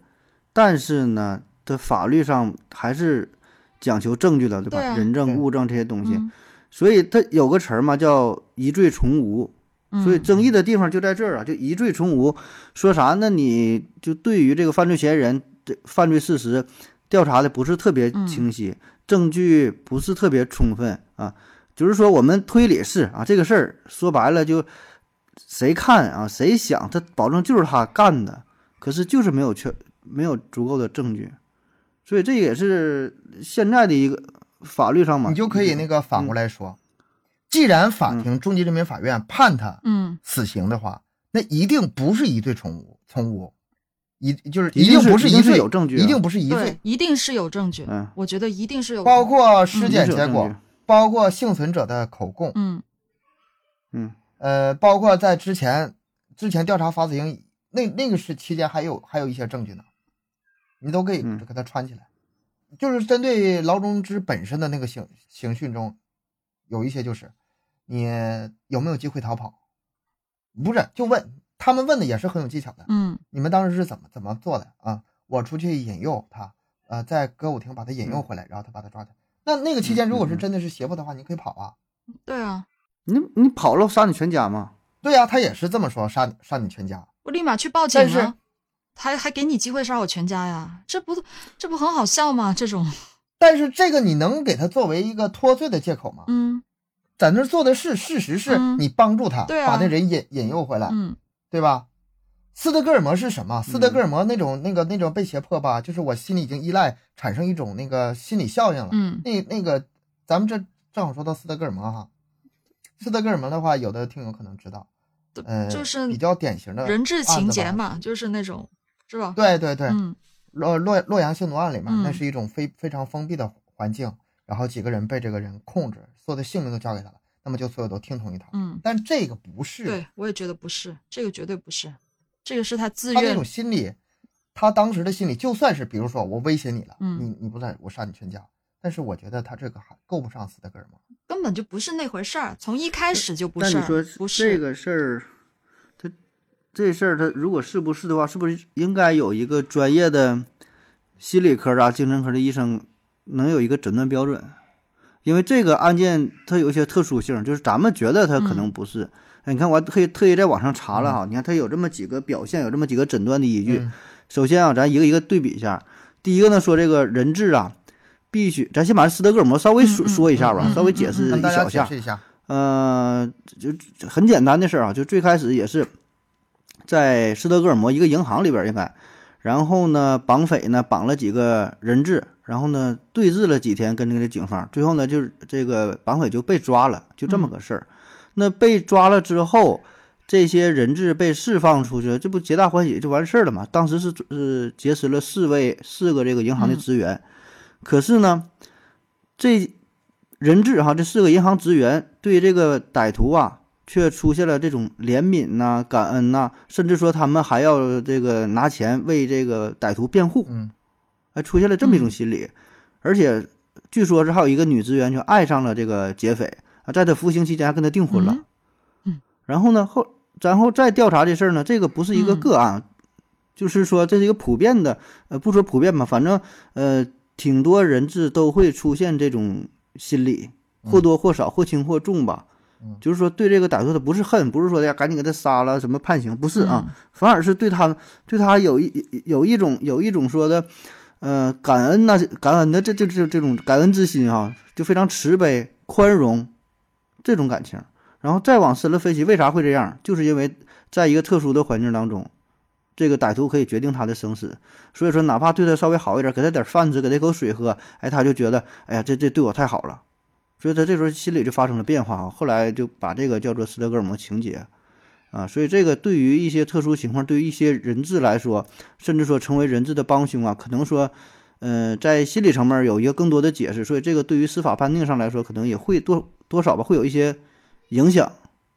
但是呢，它法律上还是讲求证据的，对吧？
对啊
人证
对
物证这些东西，
嗯
所以它有个词儿嘛，叫疑罪从无。
嗯，
所以争议的地方就在这儿啊，就疑罪从无。说啥呢？你就对于这个犯罪嫌疑人的犯罪事实调查的不是特别清晰，证据不是特别充分啊。就是说，我们推理是啊，这个事儿说白了就谁看啊，谁想，他保证就是他干的，可是就是没有确没有足够的证据，所以这也是现在的一个法律上嘛，
你就可以那个
嗯
反过来说，既然法庭中级人民法院判他
嗯，
死刑的话，那一定不是一罪从无从无，一就是
一
一
定
定
是
不是
一定
一
是
罪
有证据啊
一定不是一罪
对，，一定是有证据，
嗯
我觉得一定是有，
包括尸检
嗯
结
一定是有证
果
据，
包括幸存者的口供，
嗯
嗯
呃，包括在之前之前调查法子营那那个是期间还有还有一些证据呢，你都可以
嗯
给它穿起来。就是针对劳荣枝本身的那个刑刑讯中，有一些就是你有没有机会逃跑，不是就问他们问的也是很有技巧的，
嗯
你们当时是怎么怎么做的啊？我出去引诱他，呃，在歌舞厅把他引
嗯
诱回来，然后他把他抓起来。那那个期间，如果是真的是胁迫的话，你可以跑啊。
对啊，
你你跑了杀你全家嘛？
对啊呀、他也是这么说，杀你杀你全家。
我立马去报警
但是
啊！还还给你机会杀我全家呀？这不这不很好笑吗？这种，
但是这个你能给他作为一个脱罪的借口吗？
嗯
在那儿做的是事实是
嗯
你帮助他、
对啊
把那人引引诱回来，
嗯
对吧？斯德哥尔摩是什么？斯德哥尔摩那种那个那种被胁迫吧，就是我心里已经依赖，产生一种那个心理效应了。
嗯
那那个，咱们这正好说到斯德哥尔摩哈，斯德哥尔摩的话，有的听友可能知道，
对
呃，
就是
比较典型的
人质
案
情
子
节
吧。
嘛，就是那种，是吧？
对对对，
嗯
洛洛洛阳性奴案里面，那
嗯
是一种非非常封闭的环境，然后几个人被这个人控制，所有的性命都交给他了，那么就所有都听从于他。
嗯，
但这个不是
对，我也觉得不是，这个绝对不是，这个是他自
他那
愿
种，心理，他当时的心理，就算是比如说我威胁你了，
嗯
你你不在，我杀你全家。但是我觉得他这个还够不上斯德哥尔摩。
根本就不是那回事儿，从一开始就不
但
是
你说
儿，不
这
是，
个事儿，他这事儿他如果是不是的话，是不是应该有一个专业的心理科的啊、精神科的医生能有一个诊断标准？因为这个案件它有一些特殊性，就是咱们觉得它可
嗯
能不是。哎你看，我还特意特意在网上查了哈，你看它有这么几个表现，有这么几个诊断的依据。
嗯
首先啊，咱一个一个对比一下。第一个呢，说这个人质啊，必须，咱先把斯德哥尔摩稍微说、
嗯嗯
说一下吧，
嗯嗯
稍微解释
跟
一
大家
小
解
下。
释一下，
呃，就就很简单的事儿啊，就最开始也是在斯德哥尔摩一个银行里边儿应该，然后呢，绑匪呢绑了几个人质，然后呢对峙了几天跟这个警方，最后呢就是这个绑匪就被抓了，就这么个事儿。那被抓了之后，这些人质被释放出去，这不皆大欢喜就完事儿了嘛？当时是是劫持了四位四个这个银行的
嗯
职员，可是呢，这人质哈这四个银行职员对这个歹徒啊，却出现了这种怜悯呐、感恩呐、甚至说他们还要这个拿钱为这个歹徒辩护，
嗯，
还出现了这么一种
嗯
心理。而且据说是还有一个女职员就爱上了这个劫匪啊，在他服刑期间还跟他订婚了。
嗯嗯
然后呢，后然后再调查这事儿呢，这个不是一个
嗯
个案，就是说这是一个普遍的，呃，不说普遍吧，反正呃，挺多人质都会出现这种心理，或多或少、或轻或重吧。
嗯
就是说对这个歹徒他不是恨，不是说呀赶紧给他杀了什么判刑，不是啊，反而是对他对他有一有一种有一种说的，呃，感恩呐、感恩的这这这这种感恩之心哈、啊就非常慈悲宽容这种感情。然后再往深了分析，为啥会这样？就是因为在一个特殊的环境当中，这个歹徒可以决定他的生死。所以说，哪怕对他稍微好一点，给他点饭吃，给他口水喝，哎，他就觉得，哎呀，这这对我太好了。所以他这时候心理就发生了变化啊。后来就把这个叫做斯德哥尔摩情节啊。所以这个对于一些特殊情况，对于一些人质来说，甚至说成为人质的帮凶啊，可能说。嗯，在心理层面有一个更多的解释，所以这个对于司法判定上来说，可能也会多多少吧，会有一些影响，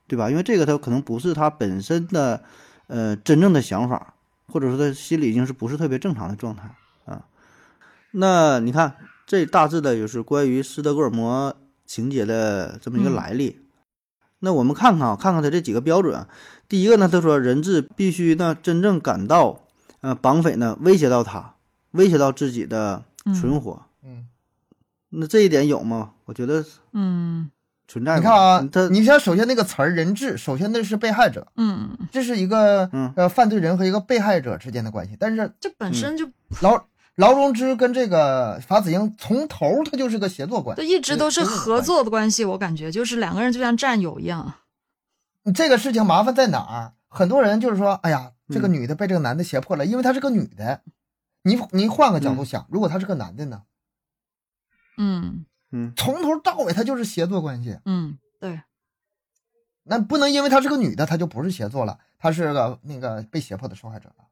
对吧？因为这个他可能不是他本身的呃真正的想法，或者说他心里已经是不是特别正常的状态啊。那你看，这大致的就是关于斯德哥尔摩情节的这么一个
嗯
来历。那我们看看啊，看看他这几个标准啊。第一个呢，他说人质必须呢真正感到，呃，绑匪呢威胁到他，威胁到自己的存活。
嗯，
那这一点有吗？我觉得
嗯
存在吧。
你看啊
嗯他，
你像首先那个词儿“人质”，首先那是被害者，
嗯，嗯
这是一个、
嗯
呃犯罪人和一个被害者之间的关系。但是
这本身就
劳劳荣枝跟这个法子英从头他就是个协作关
就，一直都是
这个
合作的关系，我感觉就是两个人就像战友一样。
这个事情麻烦在哪儿？很多人就是说，哎呀，这个
嗯
女的被这个男的胁迫了，因为她是个女的。你你换个
嗯
角度想，如果他是个男的呢？
嗯
嗯
从头到尾他就是协作关系，
嗯，对，
那不能因为她是个女的，她就不是协作了，她是个那个被胁迫的受害者了。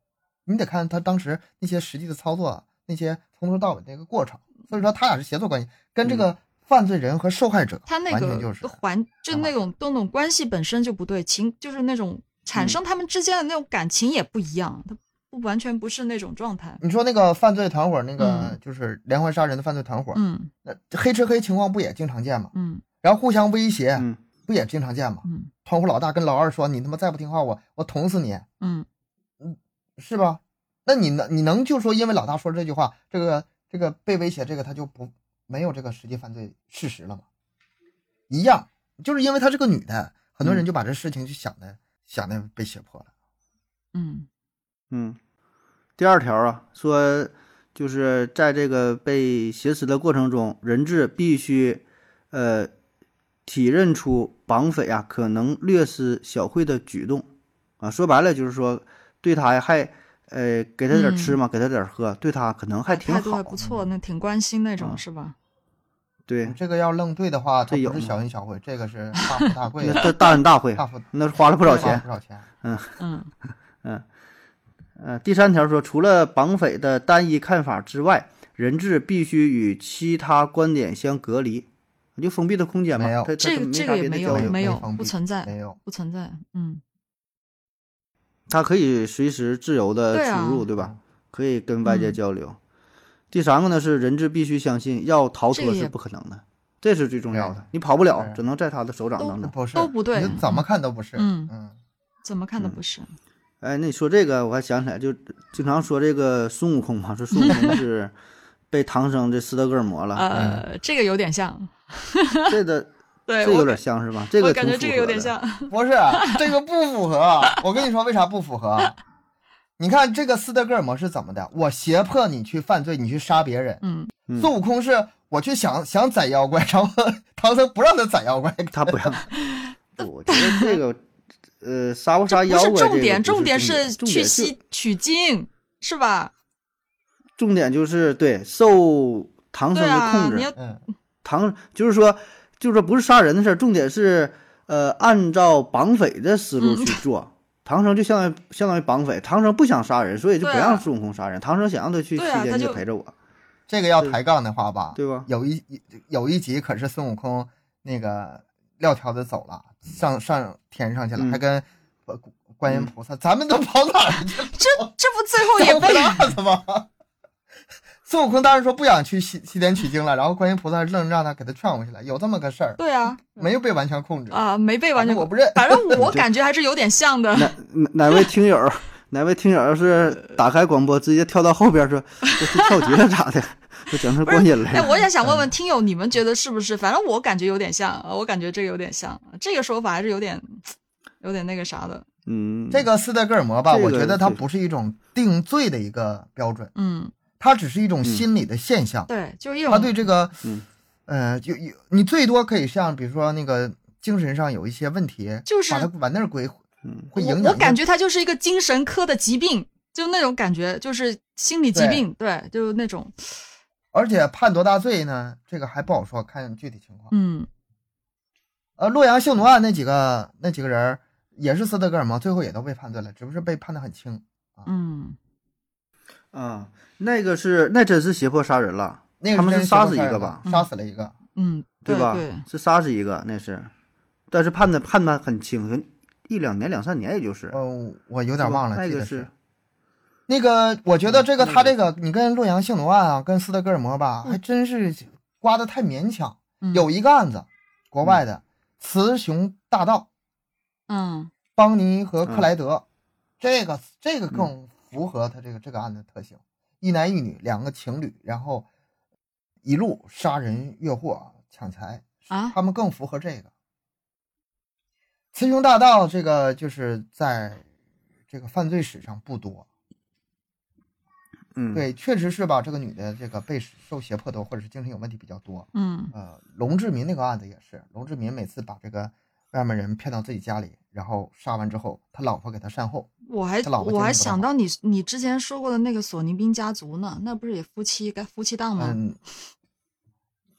你得看她当时那些实际的操作，那些从头到尾那个过程。所以说，他俩是协作关系，跟这个犯罪人和受害者
他嗯那
完全就
个呃
是
环就
想法
那种那种关系本身就不对，情就是那种产
嗯
生他们之间的那种感情也不一样，他不完全不是那种状态。
你说那个犯罪团伙，那个
嗯
就是连环杀人的犯罪团伙，
嗯
那黑吃黑情况不也经常见吗？
嗯
然后互相威胁，
嗯
不也经常见吗？
嗯
窗户老大跟老二说：“你他妈再不听话，我我捅死你，
嗯
是吧？”那你能你能就说因为老大说这句话，这个这个被威胁这个他就不没有这个实际犯罪事实了吗？一样，就是因为她是个女的，很
嗯
多人就把这事情就想的、想的被胁迫了。
嗯
嗯。第二条啊，说就是在这个被挟持的过程中，人质必须呃体认出绑匪啊可能略施小惠的举动啊，说白了就是说对他还呃给他点儿吃嘛，给他点儿喝，对他可能还挺
嗯态度还
好
不，错，那挺关心那种
嗯
是吧？
对
你，这个要愣对的话，他
这有
不是
吗
小恩小惠，这个是大富大贵
那，他大恩大惠，
大富
那花了不少
花
钱
不。少钱。
嗯
呃，第三条说，除了绑匪的单一看法之外，人质必须与其他观点相隔离，就封闭的空间嘛。
没有
他他
这个
没哎
这
啥
个
别
也
的
没
交
有
流
没
没有
封
不
闭
存在
没有，
不存在，嗯
他可以随时自由的
对
出
啊嗯
入，对吧？可以跟外界交流。第三个呢是人质必须相信，要逃
这
脱
个也
是不可能的，这是最重要
对
的。你跑不了
对，
只能在他的手掌当中。
不是
都不对
你怎么看都不是。
嗯
嗯，
怎么看都不是。
哎，那你说这个，我还想起来，就经常说这个孙悟空嘛，说孙悟空是 被唐僧这斯德哥尔摩了，
呃，这个有点像，
这个
对
嗯这个有
哎我
点像是吧？这
我
个
感
挺
觉这
符
个有
合
点
的
像。
不是这个不符合。啊我跟你说为啥不符合？啊你看这个斯德哥尔摩是怎么的？我胁迫你去犯罪，你去杀别人。
嗯
嗯
孙悟空是我去想想宰妖怪，然后 唐僧不让他宰妖怪。
他不让。不我觉得这个，呃，杀不杀
这
妖
不
怪
是
这个不是
重点，
重
重
点
是
重
去
点就
西取经，是吧？
重点就是对受唐僧
对
的
啊，
控
你
制，
要
嗯，
唐就是说，就是说不是杀人的事儿，重点是呃，按照绑匪的思路
嗯
去做。唐僧就相当于相当于绑匪，唐僧不想杀人，所以就不
对啊
让孙悟空杀人。唐僧想让他去西
对啊
天
他
界
就
陪着我，
这个要抬杠的话吧，
对吧？
有一有一集可是孙悟空那个撂挑子走了，上上天上去了，
嗯
还跟呃观音菩萨，咱们都跑哪儿去了？
这这不最后也
也
被
被辣子吗？孙悟空当时说不想去西西天取经了，然后观音菩萨愣让他给他劝回去了，有这么个事儿，
对啊
没有被完全控制。
啊、没被完
反
全
正我不认，
反正我感觉还是有点像的。
哪哪位听友哪位听友要是打开广播，直接跳到后 边说这是跳级了咋的？这整成观音来
哎，
了。
我也
嗯
想问问听友，你们觉得是不是？反正我感觉有点像，呃我感觉这个有点像，这个说法还是有点有点那个啥的。
嗯，
这个斯德哥尔摩吧，
这个
我觉得它
对
不是一种定罪的一个标准，
嗯，
它只是一种心理的现象。
对，就是一种
他对这个，
嗯
呃，就有你最多可以像比如说那个精神上有一些问题，
就是
把他往那儿归，
嗯
会影响
我。我
一
感
些
觉它就是一个精神科的疾病，就那种感觉，就是心理疾
对
病，对，就是那种，
而且判多大罪呢，这个还不好说，看具体情况。
嗯
呃，洛阳秀奴案那几个那几个人儿也是斯德哥尔摩，最后也都被判罪了，只不过是被判的很轻。
嗯，
啊，那个是那真是胁迫杀人了，
那个
他们
真
是
是
杀
邪
死
乎
一
事儿
个
了
吧？
杀死了一个，
嗯，对
吧？
对，
是杀死一个，那是，但是判的判的很轻，可能一两年两三年也就是，
呃，我有
有
点忘了，
嗯那
记
个
得那个，我觉得这个
嗯
他这个，你跟洛阳性奴案啊，跟斯德哥尔摩吧，
嗯
还真是刮的太勉强。
嗯
有一个案子，
嗯
国外的雌雄大盗
嗯
邦尼和克莱德，这个这个更符合他这个这个案的特性，一男一女两个情侣，然后一路杀人越货抢财，
啊，
他们更符合这个。雌雄大盗这个就是在这个犯罪史上不多，
嗯，
对，确实是吧？这个女的这个被受胁迫多，或者是精神有问题比较多。
嗯
呃，龙志民那个案子也是，龙志民每次把这个外面人骗到自己家里，然后杀完之后，他老婆给他善后。
我还
他老婆
我
精神不太
还想
好
到你你之前说过的那个索尼宾家族呢，那不是也夫妻该夫妻档吗？
嗯，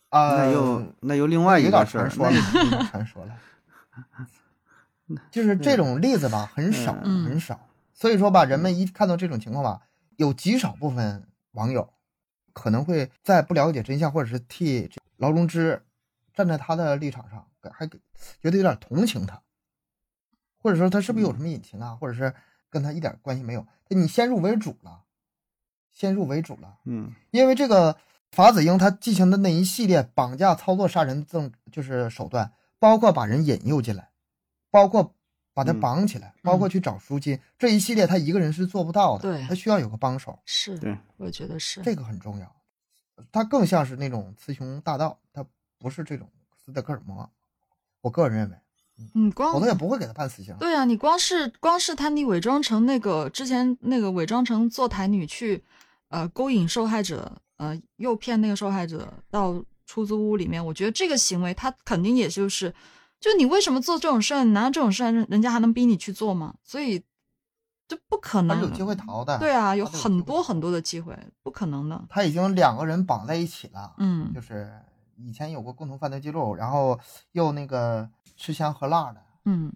啊、
那又那又另外一
有
个
点
事儿
传，说了，有点传说 了。就是这种例子吧，很少
嗯
很少，所以说吧，人
嗯
们一看到这种情况吧，有极少部分网友可能会在不了解真相，或者是替这劳荣枝站在他的立场上，给还给觉得有点同情他，或者说他是不是有
嗯
什么隐情啊，或者是跟他一点关系没有？你先入为主了，先入为主了。
嗯
因为这个法子英他进行的那一系列绑架、操作、杀人这就是手段，包括把人引诱进来，包括把他
嗯
绑起来，包括去找赎金，这一系列他一个人是做不到的，
对嗯
他需要有个帮手，
是，
对
我也觉得是，
这个很重要。他更像是那种雌雄大盗，他不是这种斯德哥尔摩。我个人认为，
你嗯光
我都也不会给他判死刑。
对啊，你光是光是他，你伪装成那个之前那个伪装成坐台女去，呃，勾引受害者，呃，诱骗那个受害者到出租屋里面，我觉得这个行为他肯定也就是，就你为什么做这种事儿？你拿这种事儿，人家还能逼你去做吗？所以这不可
他
能。
是有机会。逃的。
嗯对啊，有
他是有
很多
机会逃
很多的机会，不可能的。
他已经两个人绑在一起了。
嗯
就是以前有过共同犯罪记录，然后又那个吃香喝辣的，
嗯，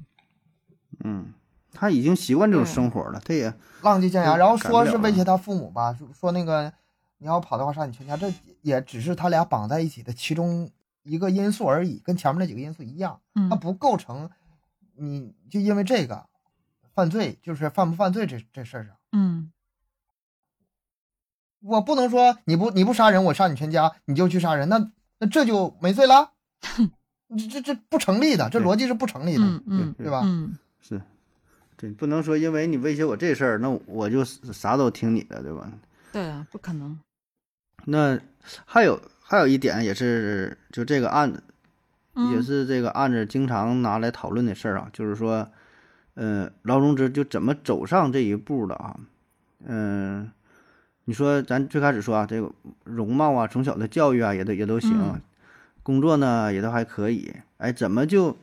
嗯，他已经习惯这种
对
生活了，他也
浪迹天涯，
嗯
然后说
改
是
不了
威
了
胁他父母吧，说说那个你要跑的话杀你全家，这也只是他俩绑在一起的其中一个因素而已，跟前面那几个因素一样，
嗯
它啊不构成你就因为这个犯罪，就是犯不犯罪这这事儿上。
嗯，
我不能说你不你不杀人，我杀你全家，你就去杀人，那那这就没罪 了，这这这不成立的，这
对
逻辑是不成立的，
嗯嗯
对吧？
嗯，
是，对，不能说因为你威胁我这事儿，那我就啥都听你的，对吧？
对啊，不可能。
那还有还有一点也是，就这个案子
嗯
也是这个案子经常拿来讨论的事儿啊，就是说，呃，劳荣枝就怎么走上这一步的啊？嗯、你说咱最开始说啊，这个容貌啊，从小的教育啊，也都也都行，
嗯
工作呢也都还可以，哎，怎么就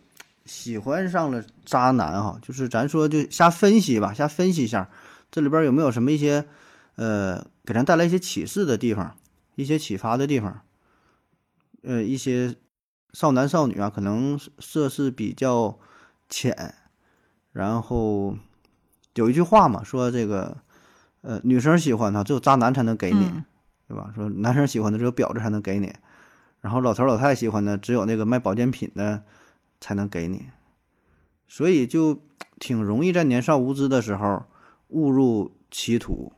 喜欢上了渣男哈、就是咱说就瞎分析吧，瞎分析一下，这里边有没有什么一些呃，给咱带来一些启示的地方，一些启发的地方，呃，一些少男少女啊，可能涉世比较浅，然后有一句话嘛，说这个，呃，女生喜欢他，只有渣男才能给你，
嗯
对吧？说男生喜欢的只有婊子才能给你，然后老头老太太喜欢的只有那个卖保健品的才能给你，所以就挺容易在年少无知的时候误入歧途，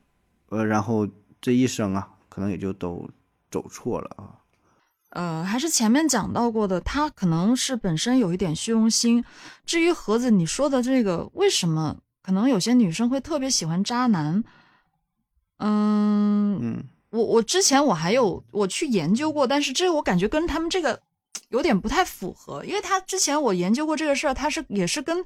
呃，然后这一生啊，可能也就都走错了啊。
呃，还是前面讲到过的，他可能是本身有一点虚荣心。至于盒子你说的这个，为什么可能有些女生会特别喜欢渣男。嗯，
嗯，
我我之前我还有我去研究过，但是这我感觉跟他们这个有点不太符合，因为他之前我研究过这个事儿，他是也是跟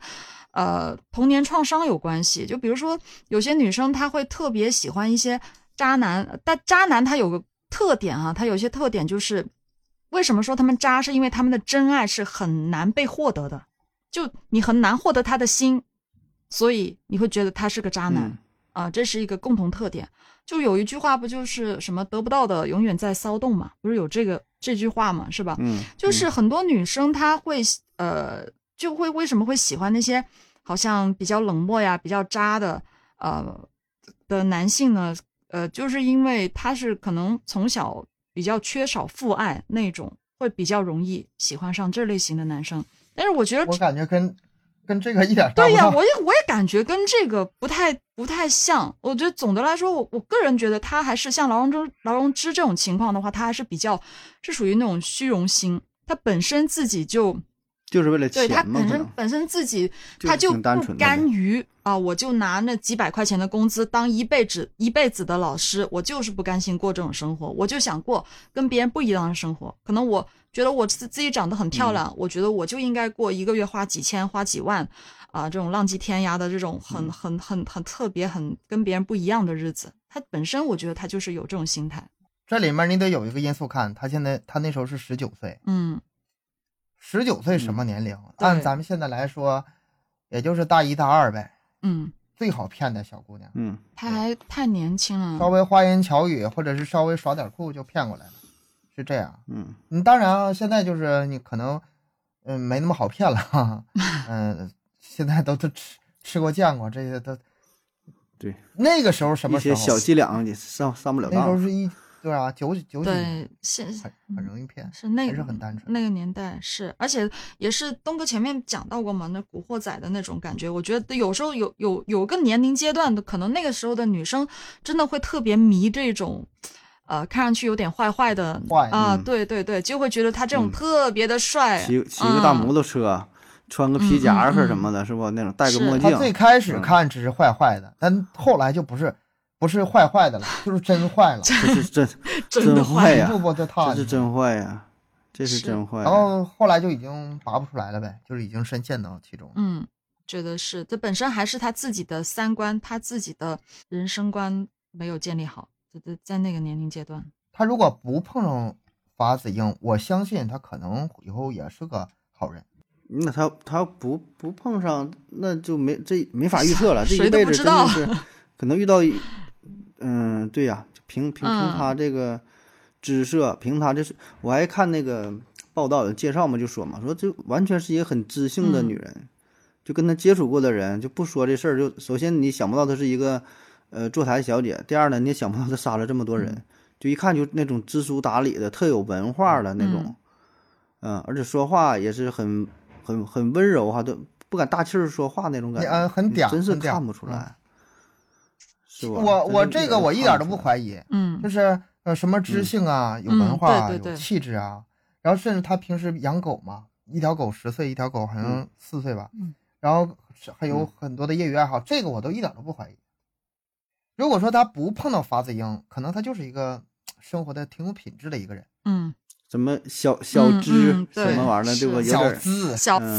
呃童年创伤有关系。就比如说有些女生她会特别喜欢一些渣男，但渣男他有个特点啊，他有些特点就是为什么说他们渣，是因为他们的真爱是很难被获得的，就你很难获得他的心，所以你会觉得他是个渣男。
嗯
啊，这是一个共同特点。就有一句话不就是什么得不到的永远在骚动嘛，不是有这个这句话嘛，是吧？
嗯，
就是很多女生她会呃就会为什么会喜欢那些好像比较冷漠呀、比较渣的呃的男性呢？呃，就是因为他是可能从小比较缺少父爱那种，会比较容易喜欢上这类型的男生。但是我觉 得
我感觉跟跟这个一点搭
对
不
呀、
上。
我也我也感觉跟这个不太不太像。我觉得总的来说，我我个人觉得他还是像劳荣枝劳荣枝这种情况的话，他还是比较是属于那种虚荣心，他本身自己就
就是为了
对他
钱嘛，
本
可
身
能
本身自己
就是
他就
挺单
不
纯的
甘
呗
于啊，我就拿那几百块钱的工资当一辈子一辈子的老师，我就是不甘心过这种生活，我就想过跟别人不一样的生活。可能我觉得我自自己长得很
嗯
漂亮，我觉得我就应该过一个月花几千花几万啊，这种浪迹天涯的这种
嗯
很很很很特别很跟别人不一样的日子。他本身我觉得他就是有这种心态，
这里面你得有一个因素看，他现在他那时候是十九岁，
嗯，
十九岁
嗯
什么年龄？
对
按咱们现在来说，也就是大一大二呗，
嗯，
最好骗的小姑娘，
嗯，
他还太年轻
稍
了，
微花言巧语或者是稍微耍点酷就骗过来了，是这样。
嗯，
你当然啊，现在就是你可能，嗯，没那么好骗了，哈 哈嗯，现在都都吃吃过见过这些都，
对，
那个时候什
一
么时
些
候？
小伎俩你上上不了
那时候
当，
是一对啊，九几九几年，
对，现
很
嗯
很容易骗，
是那
还
个
是很单纯。
那个年代是，而且也是东哥前面讲到过嘛，那古惑仔的那种感觉，我觉得有时候有有有个年龄阶段的，可能那个时候的女生真的会特别迷这种，呃，看上去有点坏坏的
坏
啊，
嗯
对对对，就会觉得他这种
嗯
特别的帅，
骑骑个大
嗯
摩托车，穿个皮夹克
嗯嗯
什么的，是不？那种戴个
是
墨
他最
镜，
开始看只是坏坏的，但后来就不是不是坏坏的了，就是真坏 了，
这是真
真的
真啊坏
坏
呀
一步步就踏进
这
去
是真坏呀，这是
是哦
真坏呀。
然后后来就已经拔不出来了呗，就是已经深陷到其中了。
嗯，觉得是，这本身还是他自己的三观，他自己的人生观没有建立好，在在在那个年龄阶段，
他如果不碰上法子英，我相信他可能以后也是个好人。
那他他不不碰上，那就没这 没法预测了。这
谁
一
都
辈
不
子
知
真
道
的是可能遇到一，嗯，对呀、就凭凭凭
嗯
他这个姿色，凭他这是，我还看那个报道有介绍嘛，就说嘛，说这完全是一个很知性的
嗯
女人，就跟她接触过的人就不说这事儿，就首先你想不到她是一个呃坐台小姐，第二呢你也想不到她杀了这么多
嗯
人，就一看就那种知书达理的，特有文化的那种。
嗯
嗯，而且说话也是很很很温柔哈，都不敢大气儿说话那种感觉，
嗯很
你
嗲
真是
很嗲
看不出
嗯
来，是吧？
我我
真是
这个我一点都
看
不
出来，
怀疑，
嗯
就，是呃什么知性啊，有文化、啊
对对对
有气质啊，然后甚至他平时养狗嘛，一条狗十岁，一条狗好像四岁吧，
嗯
然后是还有
嗯
很多的业余爱好，这个我都一点都不怀疑。如果说他不碰到法子英，可能他就是一个生活的挺有品质的一个人，
嗯，
什么小小
嗯
只、
嗯
什么
对
玩意儿，
是
对吧？有点
小
儿
资
小
嗯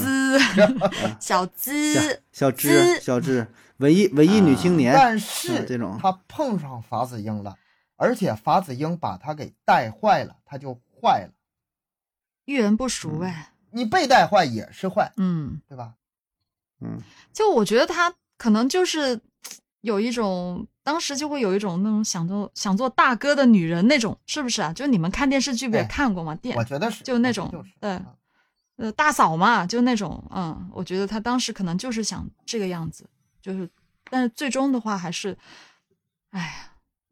资，小资。
小小只
资
小只文艺文艺女青年，
啊但
嗯这
是
种
他碰上法子英了，而且法子英把他给带坏了，他就坏了。
遇人不淑哎，
你被带坏也是坏，
嗯，
对吧？
嗯，
就我觉得他可能就是有一种，当时就会有一种那种想做想做大哥的女人那种，是不是啊？就你们看电视剧不也
对
看过吗？电
我觉得是，
就那
我觉得
种
就是
对
啊
呃大嫂嘛，就那种，嗯，我觉得他当时可能就是想这个样子，就是，但是最终的话还是，哎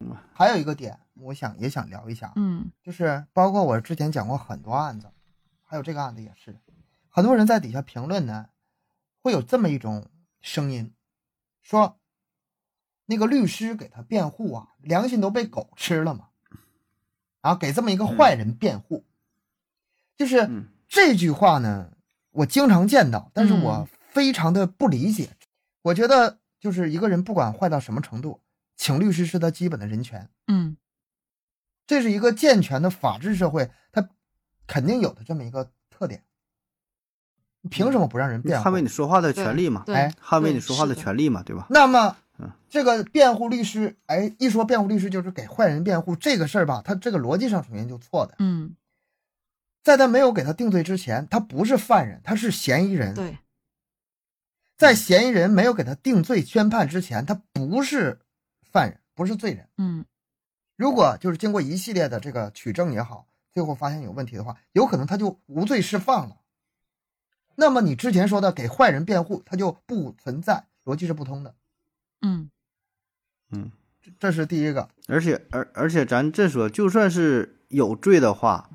呀，
还有一个点，我想也想聊一下，啊
嗯
就是包括我之前讲过很多案子，还有这个案子也是，很多人在底下评论呢，会有这么一种声音，说那个律师给他辩护啊，良心都被狗吃了嘛，然后给这么一个坏人辩护，就是、
嗯
这句话呢，我经常见到，但是
嗯
我非常的不理解，我觉得就是一个人不管坏到什么程度，请律师是他基本的人权。
嗯
这是一个健全的法治社会，它肯定有的这么一个特点。你凭什么不让人
你
辩
捍
护
卫？你说话的
对
权利嘛，
对
哎
捍卫
对
你说话
是
的权利嘛，对吧？
那么
嗯，
这个辩护律师，哎，一说辩护律师就是给坏人辩护这个事儿吧，他这个逻辑上首先就错的。
嗯，
在他没有给他定罪之前，他不是犯人，他是嫌疑人。
对，
在嫌疑人没有给他定罪宣判之前，他不是犯人，不是罪人。
嗯
如果就是经过一系列的这个取证也好，最后发现有问题的话，有可能他就无罪释放了。那么你之前说的给坏人辩护，他就不存在，逻辑是不通的。
嗯
嗯，
这这是第一个，
而且而而且咱这说，就算是有罪的话，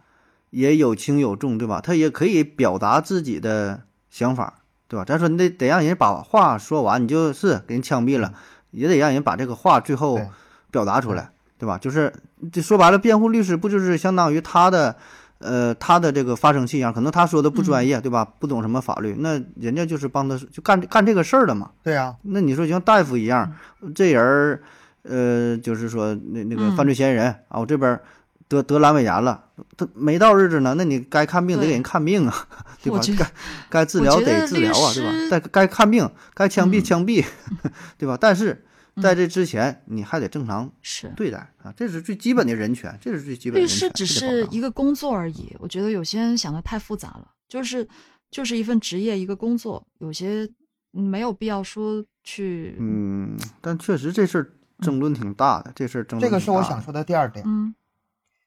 也有轻有重，对吧？他也可以表达自己的想法，对吧？咱说你得得让人把话说完，你就是给人枪毙了，也得让人把这个话最后
对
表达出来，对吧？就是就说白了，辩护律师不就是相当于他的。呃，他的这个发声器一样，可能他说的不专业，对吧？不懂什么法律，那人家就是帮他就干干这个事儿的嘛，
对啊，
那你说就像大夫一样，
嗯
这人儿，呃，就是说那那个犯罪嫌疑人、啊，我这边儿得得阑尾炎了，他没到日子呢，那你该看病得
对
给人看病啊，对
我
吧
觉？
该该治
我
疗
觉得
得治疗
律
啊，对吧
师？
该该看病该枪毙枪毙， 对吧？但是
嗯
在这之前，你还得正常
是。
对待啊，这是最基本的人权，这是最基本
律
的
师
人权。
只
这得
是
保障
一个工作而已，我觉得有些人想的太复杂了，就是就是一份职业一个工作，有些嗯没有必要说去
嗯，但确实这事
嗯
儿争论挺大的，这事儿争论
这个
挺
是我
大
想
的
说的第二点。
嗯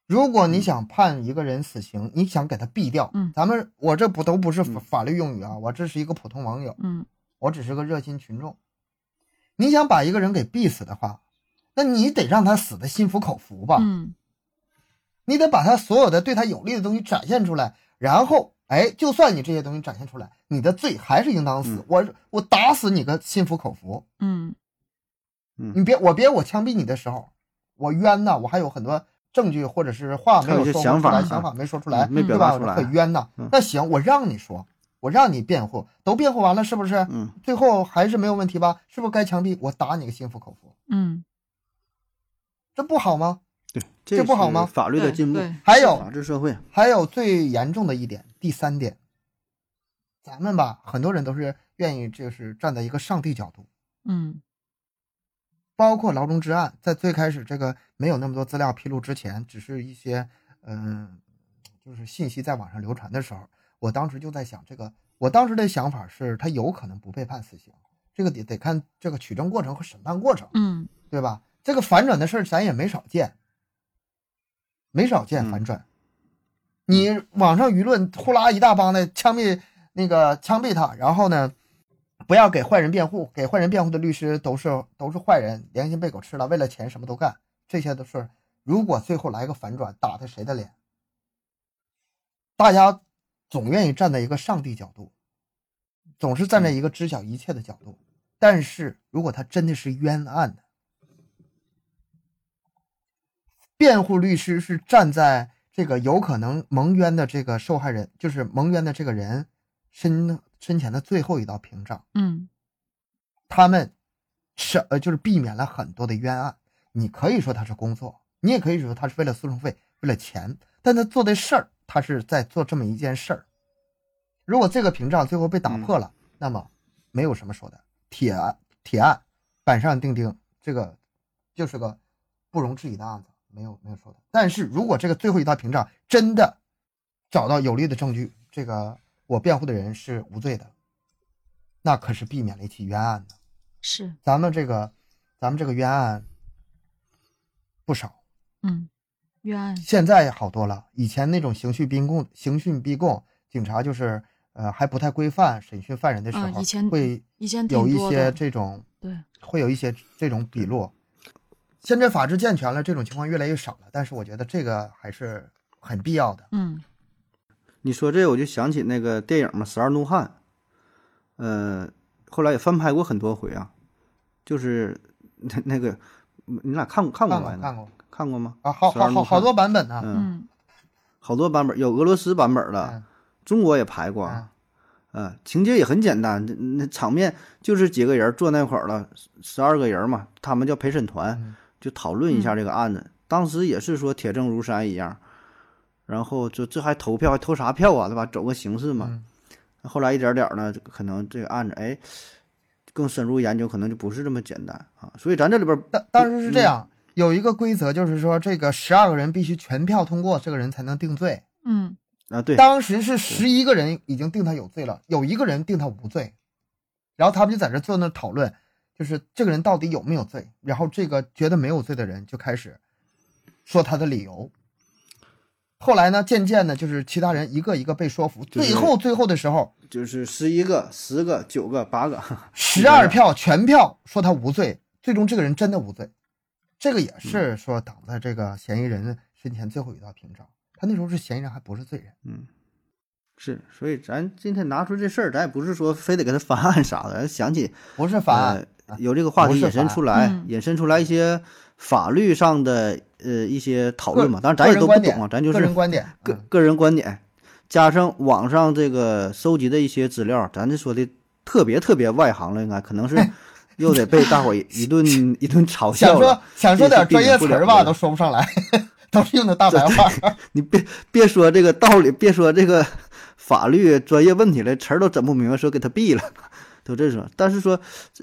如果你想判一个人死刑，你想给他毙掉，
嗯
咱们我这不都不是法法律用语啊，我这是一个普通网友，
嗯
我只是个热心群众。你想把一个人给毙死的话，那你得让他死的心服口服
啊
吧？
嗯
你得把他所有的对他有利的东西展现出来，然后，哎，就算你这些东西展现出来，你的罪还是应当死。
嗯
我我打死你个心服口服，
嗯
嗯
你别我别我枪毙你的时候，我冤呐，我还有很多证据或者是话没
还有一些
说
想
出来，
法
想法没说出来，
嗯没
对
表
吧？
达出
我
来
很冤呐。
嗯
那行，我让你说，我让你辩护，都辩护完了是不是？
嗯
最后还是没有问题吧？是不是该枪毙？我打你个心服口服，
嗯，
这不好吗？
对，
这不好吗
是法律的
对
进步，
对
还有
法治社会，
还有最严重的一点，第三点，咱们吧，很多人都是愿意就是站在一个上帝角度，
嗯
包括牢中之案，在最开始这个没有那么多资料披露之前，只是一些嗯，就是信息在网上流传的时候，我当时就在想，这个我当时的想法是，他有可能不被判死刑，这个得得看这个取证过程和审判过程，
嗯
对吧？这个反转的事儿咱也没少见，没少见
嗯
反转。你网上舆论呼啦一大帮的枪毙那个枪毙他，然后呢，不要给坏人辩护，给坏人辩护的律师都是都是坏人，良心被狗吃了，为了钱什么都干，这些都是。如果最后来个反转，打他谁的脸？大家总愿意站在一个上帝角度，总是站在一个知晓一切的角度。但是如果他真的是冤案的，辩护律师是站在这个有可能蒙冤的这个受害人，就是蒙冤的这个人身身前的最后一道屏障，
嗯
他们是呃就是避免了很多的冤案。你可以说他是工作，你也可以说他是为了诉讼费、为了钱，但他做的事儿，他是在做这么一件事儿。如果这个屏障最后被打破了，那么没有什么说的，铁案铁案板上钉钉，这个就是个不容置疑的案子，没有没有说的。但是如果这个最后一道屏障真的找到有力的证据，这个我辩护的人是无罪的，那可是避免了一起冤案的。
是
咱们这个，咱们这个冤案不少，
嗯冤案
现在也好多了。以前那种刑讯逼供、刑讯逼供，警察就是呃还不太规范审讯犯人的时候，
嗯以前
会
以前挺
有一
多
些
的
这种
对
会有一些这种笔录。现在法治健全了，这种情况越来越少了，但是我觉得这个还是很必要的。
嗯
你说这我就想起那个电影嘛，《十二怒汉》，呃，后来也翻拍过很多回啊，就是 那那个你俩看过看过
看
吗？
过看过
看过吗？
啊，好
十
好
二怒
好好
汉
多版本呢、
嗯，
嗯
好多版本，有俄罗斯版本的，
嗯
中国也排过，
嗯
呃，情节也很简单，那那场面就是几个人坐那块儿了，十二个人嘛，他们叫陪审团
嗯，
就讨论一下这个案子。当时也是说铁证如山一样，然后就这还投票，还投啥票啊，对吧？走个形式嘛。
嗯
后来一点点儿呢，可能这个案子哎，更深入研究，可能就不是这么简单啊。所以咱这里边儿
当当
嗯
时是这样，有一个规则就是说，这个十二个人必须全票通过，这个人才能定罪。
嗯
啊，对，
当时是十一个人已经定他有罪了，有一个人定他无罪，然后他们就在这坐那讨论，就是这个人到底有没有罪，然后这个觉得没有罪的人就开始说他的理由。后来呢，渐渐的，就是其他人一个一个被说服，
就是
最后最后的时候，
就是十一个、十个、九个、八个，
十二票全票说他无罪，最终这个人真的无罪。这个也是
嗯
说挡在这个嫌疑人身前最后一道屏障。他那时候是嫌疑人，还不是罪人。
是，所以咱今天拿出这事儿，咱也不是说非得给他翻案啥的，咱想起
不是法案，啊
呃、有这个话
不
题
是
引申
法
出来，
嗯
引申出来一些法律上的呃一些讨论嘛。当然咱
个
也
人
都不
观点
懂啊，咱就
个
是
人观点，
个
嗯
个人观点，加上网上这个收集的一些资料，咱这说的特别特别外行了，应该可能是又得被大伙儿 一一顿一顿嘲
哎想
笑了
说。想说
这
点
是避
专
免
业
不
词儿
了
吧，
的
都说不上来，都是用的大白话。
你别别说这个道理，别说这个法律专业问题了，词儿都整不明白，说给他毙了，都这说。但是说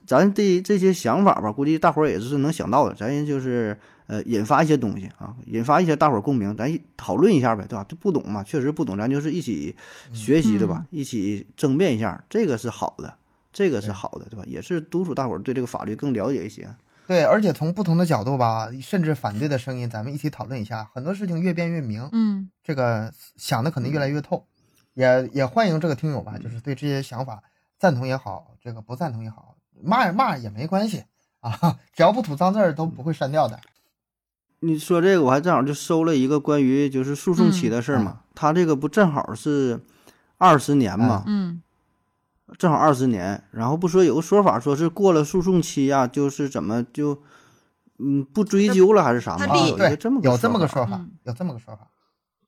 咱这这些想法吧，估计大伙儿也是能想到的，咱也就是呃引发一些东西啊，引发一些大伙儿共鸣，咱一讨论一下呗，对吧？这不懂嘛，确实不懂，咱就是一起学习，对吧？一起争辩一下，这个是好的，这个是好的，对吧？也是督促大伙儿对这个法律更了解一些。
对，而且从不同的角度吧，甚至反对的声音，咱们一起讨论一下，很多事情越辩越明。
嗯
这个想的可能越来越透，也也欢迎这个听友吧，就是对这些想法赞同也好，这个不赞同也好，骂骂也没关系啊， 只要不吐脏字儿都不会删掉的。
你说这个，我还正好就搜了一个关于就是诉讼期的事儿嘛，他这个不正好是二十年嘛，
嗯
正好二十年。然后不说有个说法，说是过了诉讼期啊，就是怎么就嗯不追究了还是啥嘛？
他
啊
立
嗯有一个
对
这么，
有这么个
说法，
说法
嗯，
有这么个说法。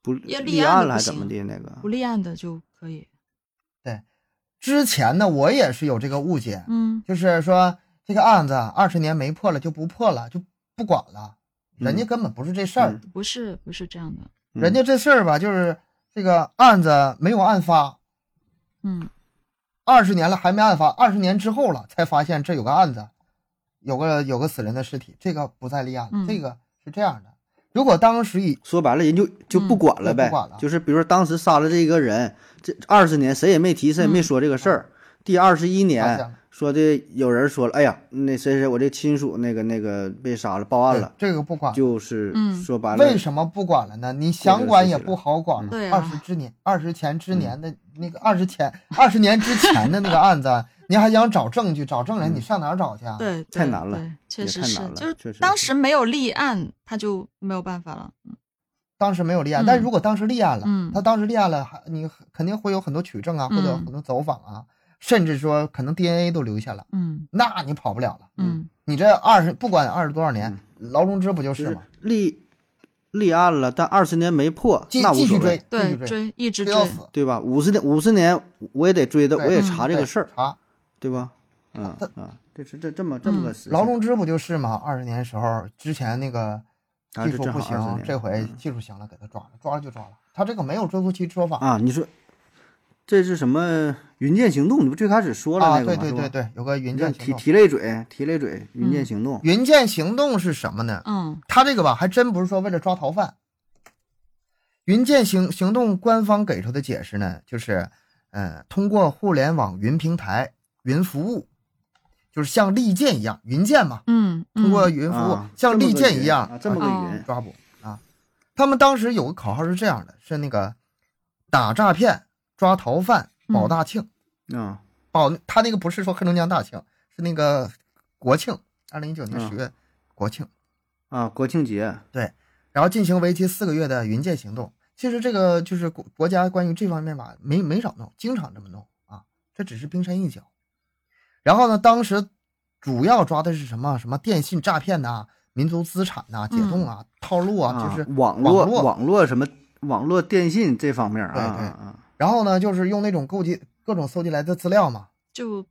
不
要立
立
案
案
了
了还
不
怎
行
么的那个？
不立案的就可以。
之前呢，我也是有这个误解，
嗯
就是说这个案子二十年没破了就不破了，就不管了，人家
嗯
根本不是这事儿。
嗯
不是不是这样的。
嗯
人家这事儿吧，就是这个案子没有案发，
嗯
二十年了还没案发，二十年之后了才发现这有个案子，有个有个死人的尸体，这个不再立案了，
嗯
这个是这样的。如果当时已
说白了，人就就不管了
嗯
呗，
不管了
就是比如说当时杀了这一个人，这二十年谁也没提，谁也没说这个事儿。第二十一
发现
年
了
说的有人说了，哎呀，那谁谁我这亲属那个那个被杀了，报案了，
这个不管，
就是
嗯
说白了，
为什么不管了呢？你想管也不好管
对
了。二
啊
十之年，二十前之
嗯
年的那个二十前二十年之前的那个案子，啊你还想找证据、找证
嗯
人，你上哪儿找去啊？
对，
太
对
难了
对确
也
实
太
是
难，了
就是
确实
当
是
时没有立案，他就没有办法了。
当时没有立案
嗯，
但是如果当时立案了，
嗯
他当时立案了，还你肯定会有很多取证啊，
嗯
或者有很多走访啊，甚至说可能 DNA 都留下了，
嗯
那你跑不了了。
嗯
你这二十不管二十多少年，
嗯
劳荣枝不就
就是是
吗？
立立案了，但二十年没破，
继
那无
继
所
续追
谓，，
继
对
续，追，
追一直
追
追，
到死。
对吧？五十年五十年我也得追的，
对
嗯
我也查这个
对
事儿，
查
对吧？嗯
他
啊，这是这这么这么
嗯
个事情，
劳荣枝不就是吗？二十年时候之前那个
啊
技
这
术
正
不
好20
行，
年嗯
这回技术行了，给他抓了，抓了就抓了。他这个没有追诉期说法
啊，你说这是什么云剑行动？你不最开始说了
啊，
那
对
个吗？
对
是吧
对对，有个云
你看
剑行
提
动。
提了一嘴，提了一嘴，云剑行动，
云剑行动是什么呢？
嗯
他这个吧，还真不是说为了抓逃犯。云剑行行动官方给出的解释呢，就是，呃，通过互联网云平台、云服务，就是像利剑一样，云剑嘛，
嗯，
通过
嗯
云服务、
啊
像利剑一样，
这么个云
啊
啊，这么个云，
抓捕啊。他们当时有个口号是这样的，是那个打诈骗、抓逃犯、保大庆，
嗯
保他那个不是说黑龙江大庆，是那个国庆，二零一九年
嗯
十月、国庆。
啊，国庆节，
然后进行为期四个月的云剑行动。其实这个就是国国家关于这方面吧，没没少弄，经常这么弄啊，这只是冰山一角。然后呢，当时主要抓的是什么？什么电信诈骗呐、民族资产呐、
嗯
解冻啊、套路啊，就是
网
络
网络什么网络电信这方面啊
对对
啊，啊
然后呢，就是用那种勾结各种搜集来的资料嘛，
就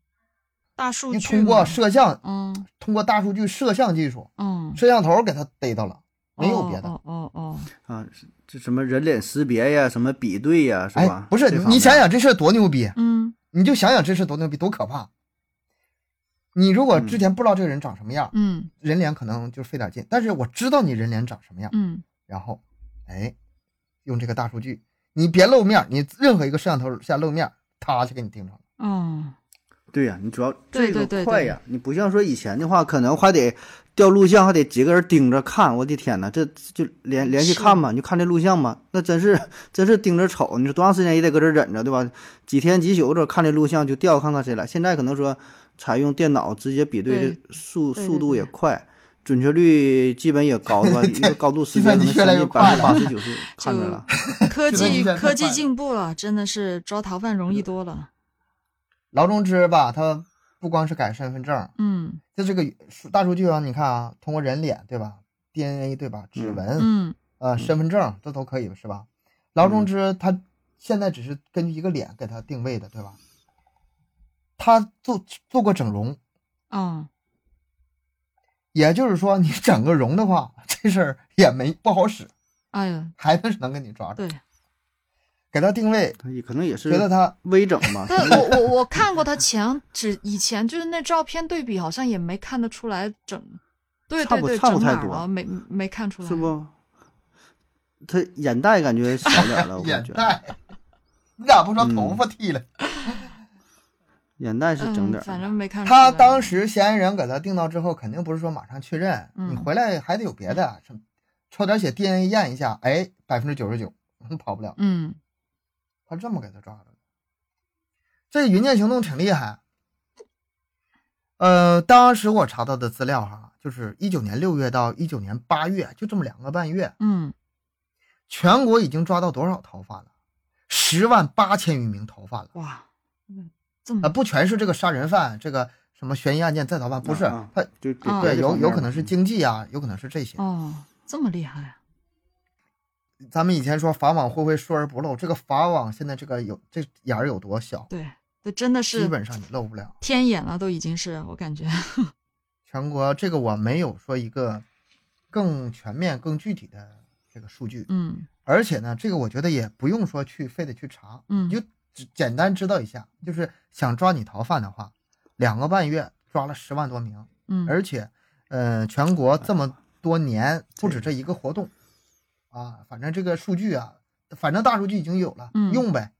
大数
你
据
通过
嘛
摄像，
嗯
通过大数据摄像技术，
嗯，
摄像头给他逮到了，没有别的。
哦哦哦，
啊，是这什么人脸识别呀，什么比对呀，是
哎
吧？，
不是
这
你
方
你
面
想，想这事儿多牛逼，
嗯
你就想想这事儿多牛逼，多可怕。你如果之前不知道这个人长什么样，
嗯
人脸可能就费点劲，但是我知道你人脸长什么样，
嗯
然后，哎，用这个大数据，你别露面儿，你任何一个摄像头下露面儿，他就给你盯上了。
嗯，
对呀，你主要
对
这
对对
个快
对
呀，你不像说以前的话，可能还得调录像，还得几个人盯着看。我的天呐，这就连连续
是
看吧，你就看这录像吧，那真是真是盯着瞅。你说多长时间也得搁这忍着，对吧？几天几宿这看这录像就调看看谁来。现在可能说采用电脑直接比
对
这速
对对
速度
对
也快。准确率基本也高，对吧？一个高度时间可能
计算机越来
将
越
近
快
百
了
分之八十九十，看 着
就
了。
科
这个
技
一下太
科技
快了
进步了，真的是抓逃犯容易多了。
劳中之吧，他不光是改身份证，
嗯
在这个数大数据上，你看啊，通过人脸对吧，DNA 对吧，指纹、
嗯
呃身份证这都可以是吧？劳中之他现在只是根据一个脸给他定位的对吧？他做做过整容，
哦
也就是说你整个容的话， 这事儿也没不好使，
哎呀，
还是能给你抓住。
对，
给他定位，
他也可能也是
觉得他
微整 吧。
但我我我看过他前只以前就是那照片对比，好像也没看得出来整，对
差
对
不
对，
差不
整
太
哪儿
多
了？没没看出来，
是？不？他眼袋感觉小点 啊儿了，我
眼
感觉
袋，你咋不说头发剃了？
眼袋是整
嗯
点，儿。
反正没看出来。
他当时嫌疑人给他定到之后，肯定不是说马上确认，
嗯
你回来还得有别的，什么抽点血 DNA 验一下，哎，百分之九十九跑不了，
嗯
他这么给他抓住的。这个云剑行动挺厉害。呃，当时我查到的资料哈，就是一九年六月到一九年八月，就这么两个半月，
嗯
全国已经抓到多少逃犯了？十万八千余名逃犯了。
哇，嗯这么
啊，不全是这个杀人犯，这个什么悬疑案件再逃犯，不是，
啊
他
就别
对
啊
别的
有
方
有
面
可能是
嗯
经济啊，有可能是这些。
哦这么厉害啊？
咱们以前说法网恢恢，疏而不漏，这个法网现在这个有这眼儿有多小，
对，这真的
基
是
本上你漏不了。
天眼了，都已经是我感觉，
全国这个我没有说一个更全面、更具体的这个数据，
嗯
而且呢，这个我觉得也不用说去非得去查，
嗯
你就只简单知道一下，就是想抓你逃犯的话，两个半月抓了十万多名。
嗯，
而且，呃，全国这么多年不止这一个活动，啊，反正这个数据啊，反正大数据已经有了，
嗯
用呗，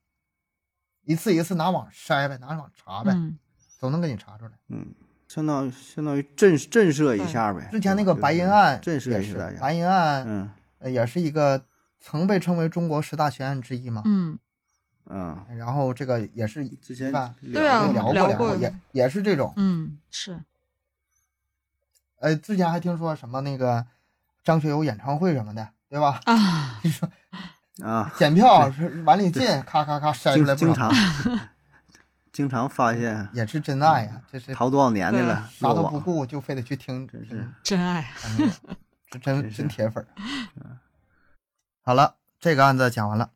一次一次拿网筛呗，拿网查呗，
嗯
总能给你查出来。
嗯，相当于相当于震震慑一
对
下呗。
之前那
哎对
个
吧
白
就是
银案
震
也
慑一
是
下大，家。
白银案、
嗯
呃也是一个曾被称为中国十大悬案之一嘛。
嗯，
嗯，
然后这个也是
之前
吧
对啊
也聊
聊过
聊
聊
过
也也是这种，
嗯是，
呃，之前还听说什么那个张学友演唱会什么的，对吧？
啊，
啊，
检票是往里进，咔咔咔筛出来
经
不
经
少。
常 经常发现
也是真爱呀，这是
逃多少年的
对
了，
啥
落
都
网
不顾就非得去听，
啊真是
嗯
真爱，
反正这真
真是
真铁粉儿。好了，这个案子讲完了。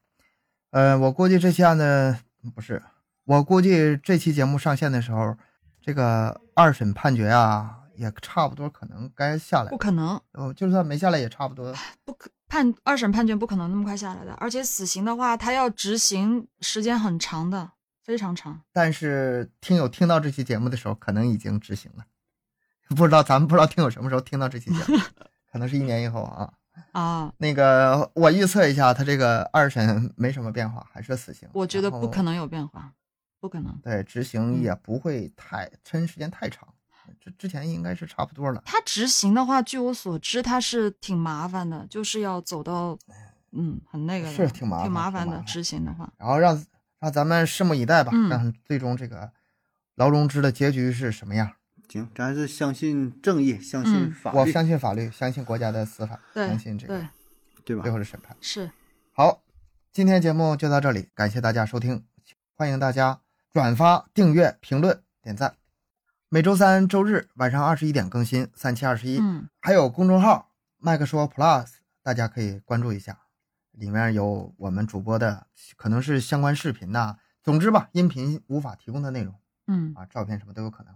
呃，我估计这期案子不是，我估计这期节目上线的时候，这个二审判决啊，也差不多可能该下来
不。可能。
哦，就算没下来，也差不多。
不可判二审判决不可能那么快下来的，而且死刑的话，他要执行时间很长的，非常长。
但是听友听到这期节目的时候，可能已经执行了。不知道，咱们不知道听友什么时候听到这期节 目，可能是一年以后啊。
啊，
那个，我预测一下，他这个二审没什么变化，还是死刑。
我觉得不可
能。
能有变化，不可能。
对，执
嗯
行也不会太抻时间太长，这之前应该是差不多了。
他执行的话，据我所知，他是挺麻烦的，就是要走到，嗯，很那个的，
哎呃是挺麻烦
挺麻
挺
烦
麻
的。
烦
执行的话，
然后让让咱们拭目以待吧，
嗯
让最终这个劳荣枝的结局是什么样？
行，咱还是相信正义，相
嗯
信法
我
律，
相信法律，相信国家的司法，
对
相信这个
对
对吧
最？后的审判。
是，
好，今天节目就到这里，感谢大家收听，欢迎大家转发、订阅、评论、点赞。每周三、周日晚上二十一点更新，三七二十一。
嗯
还有公众号“麦克说 Plus”，大家可以关注一下，里面有我们主播的可能是相关视频呐、总之吧，音频无法提供的内容
嗯，
啊，照片什么都有可能。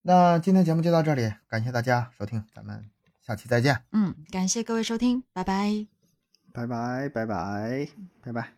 那今天节目就到这里，感谢大家收听，咱们下期再见。
嗯，感谢各位收听，拜拜。
拜拜拜拜拜拜。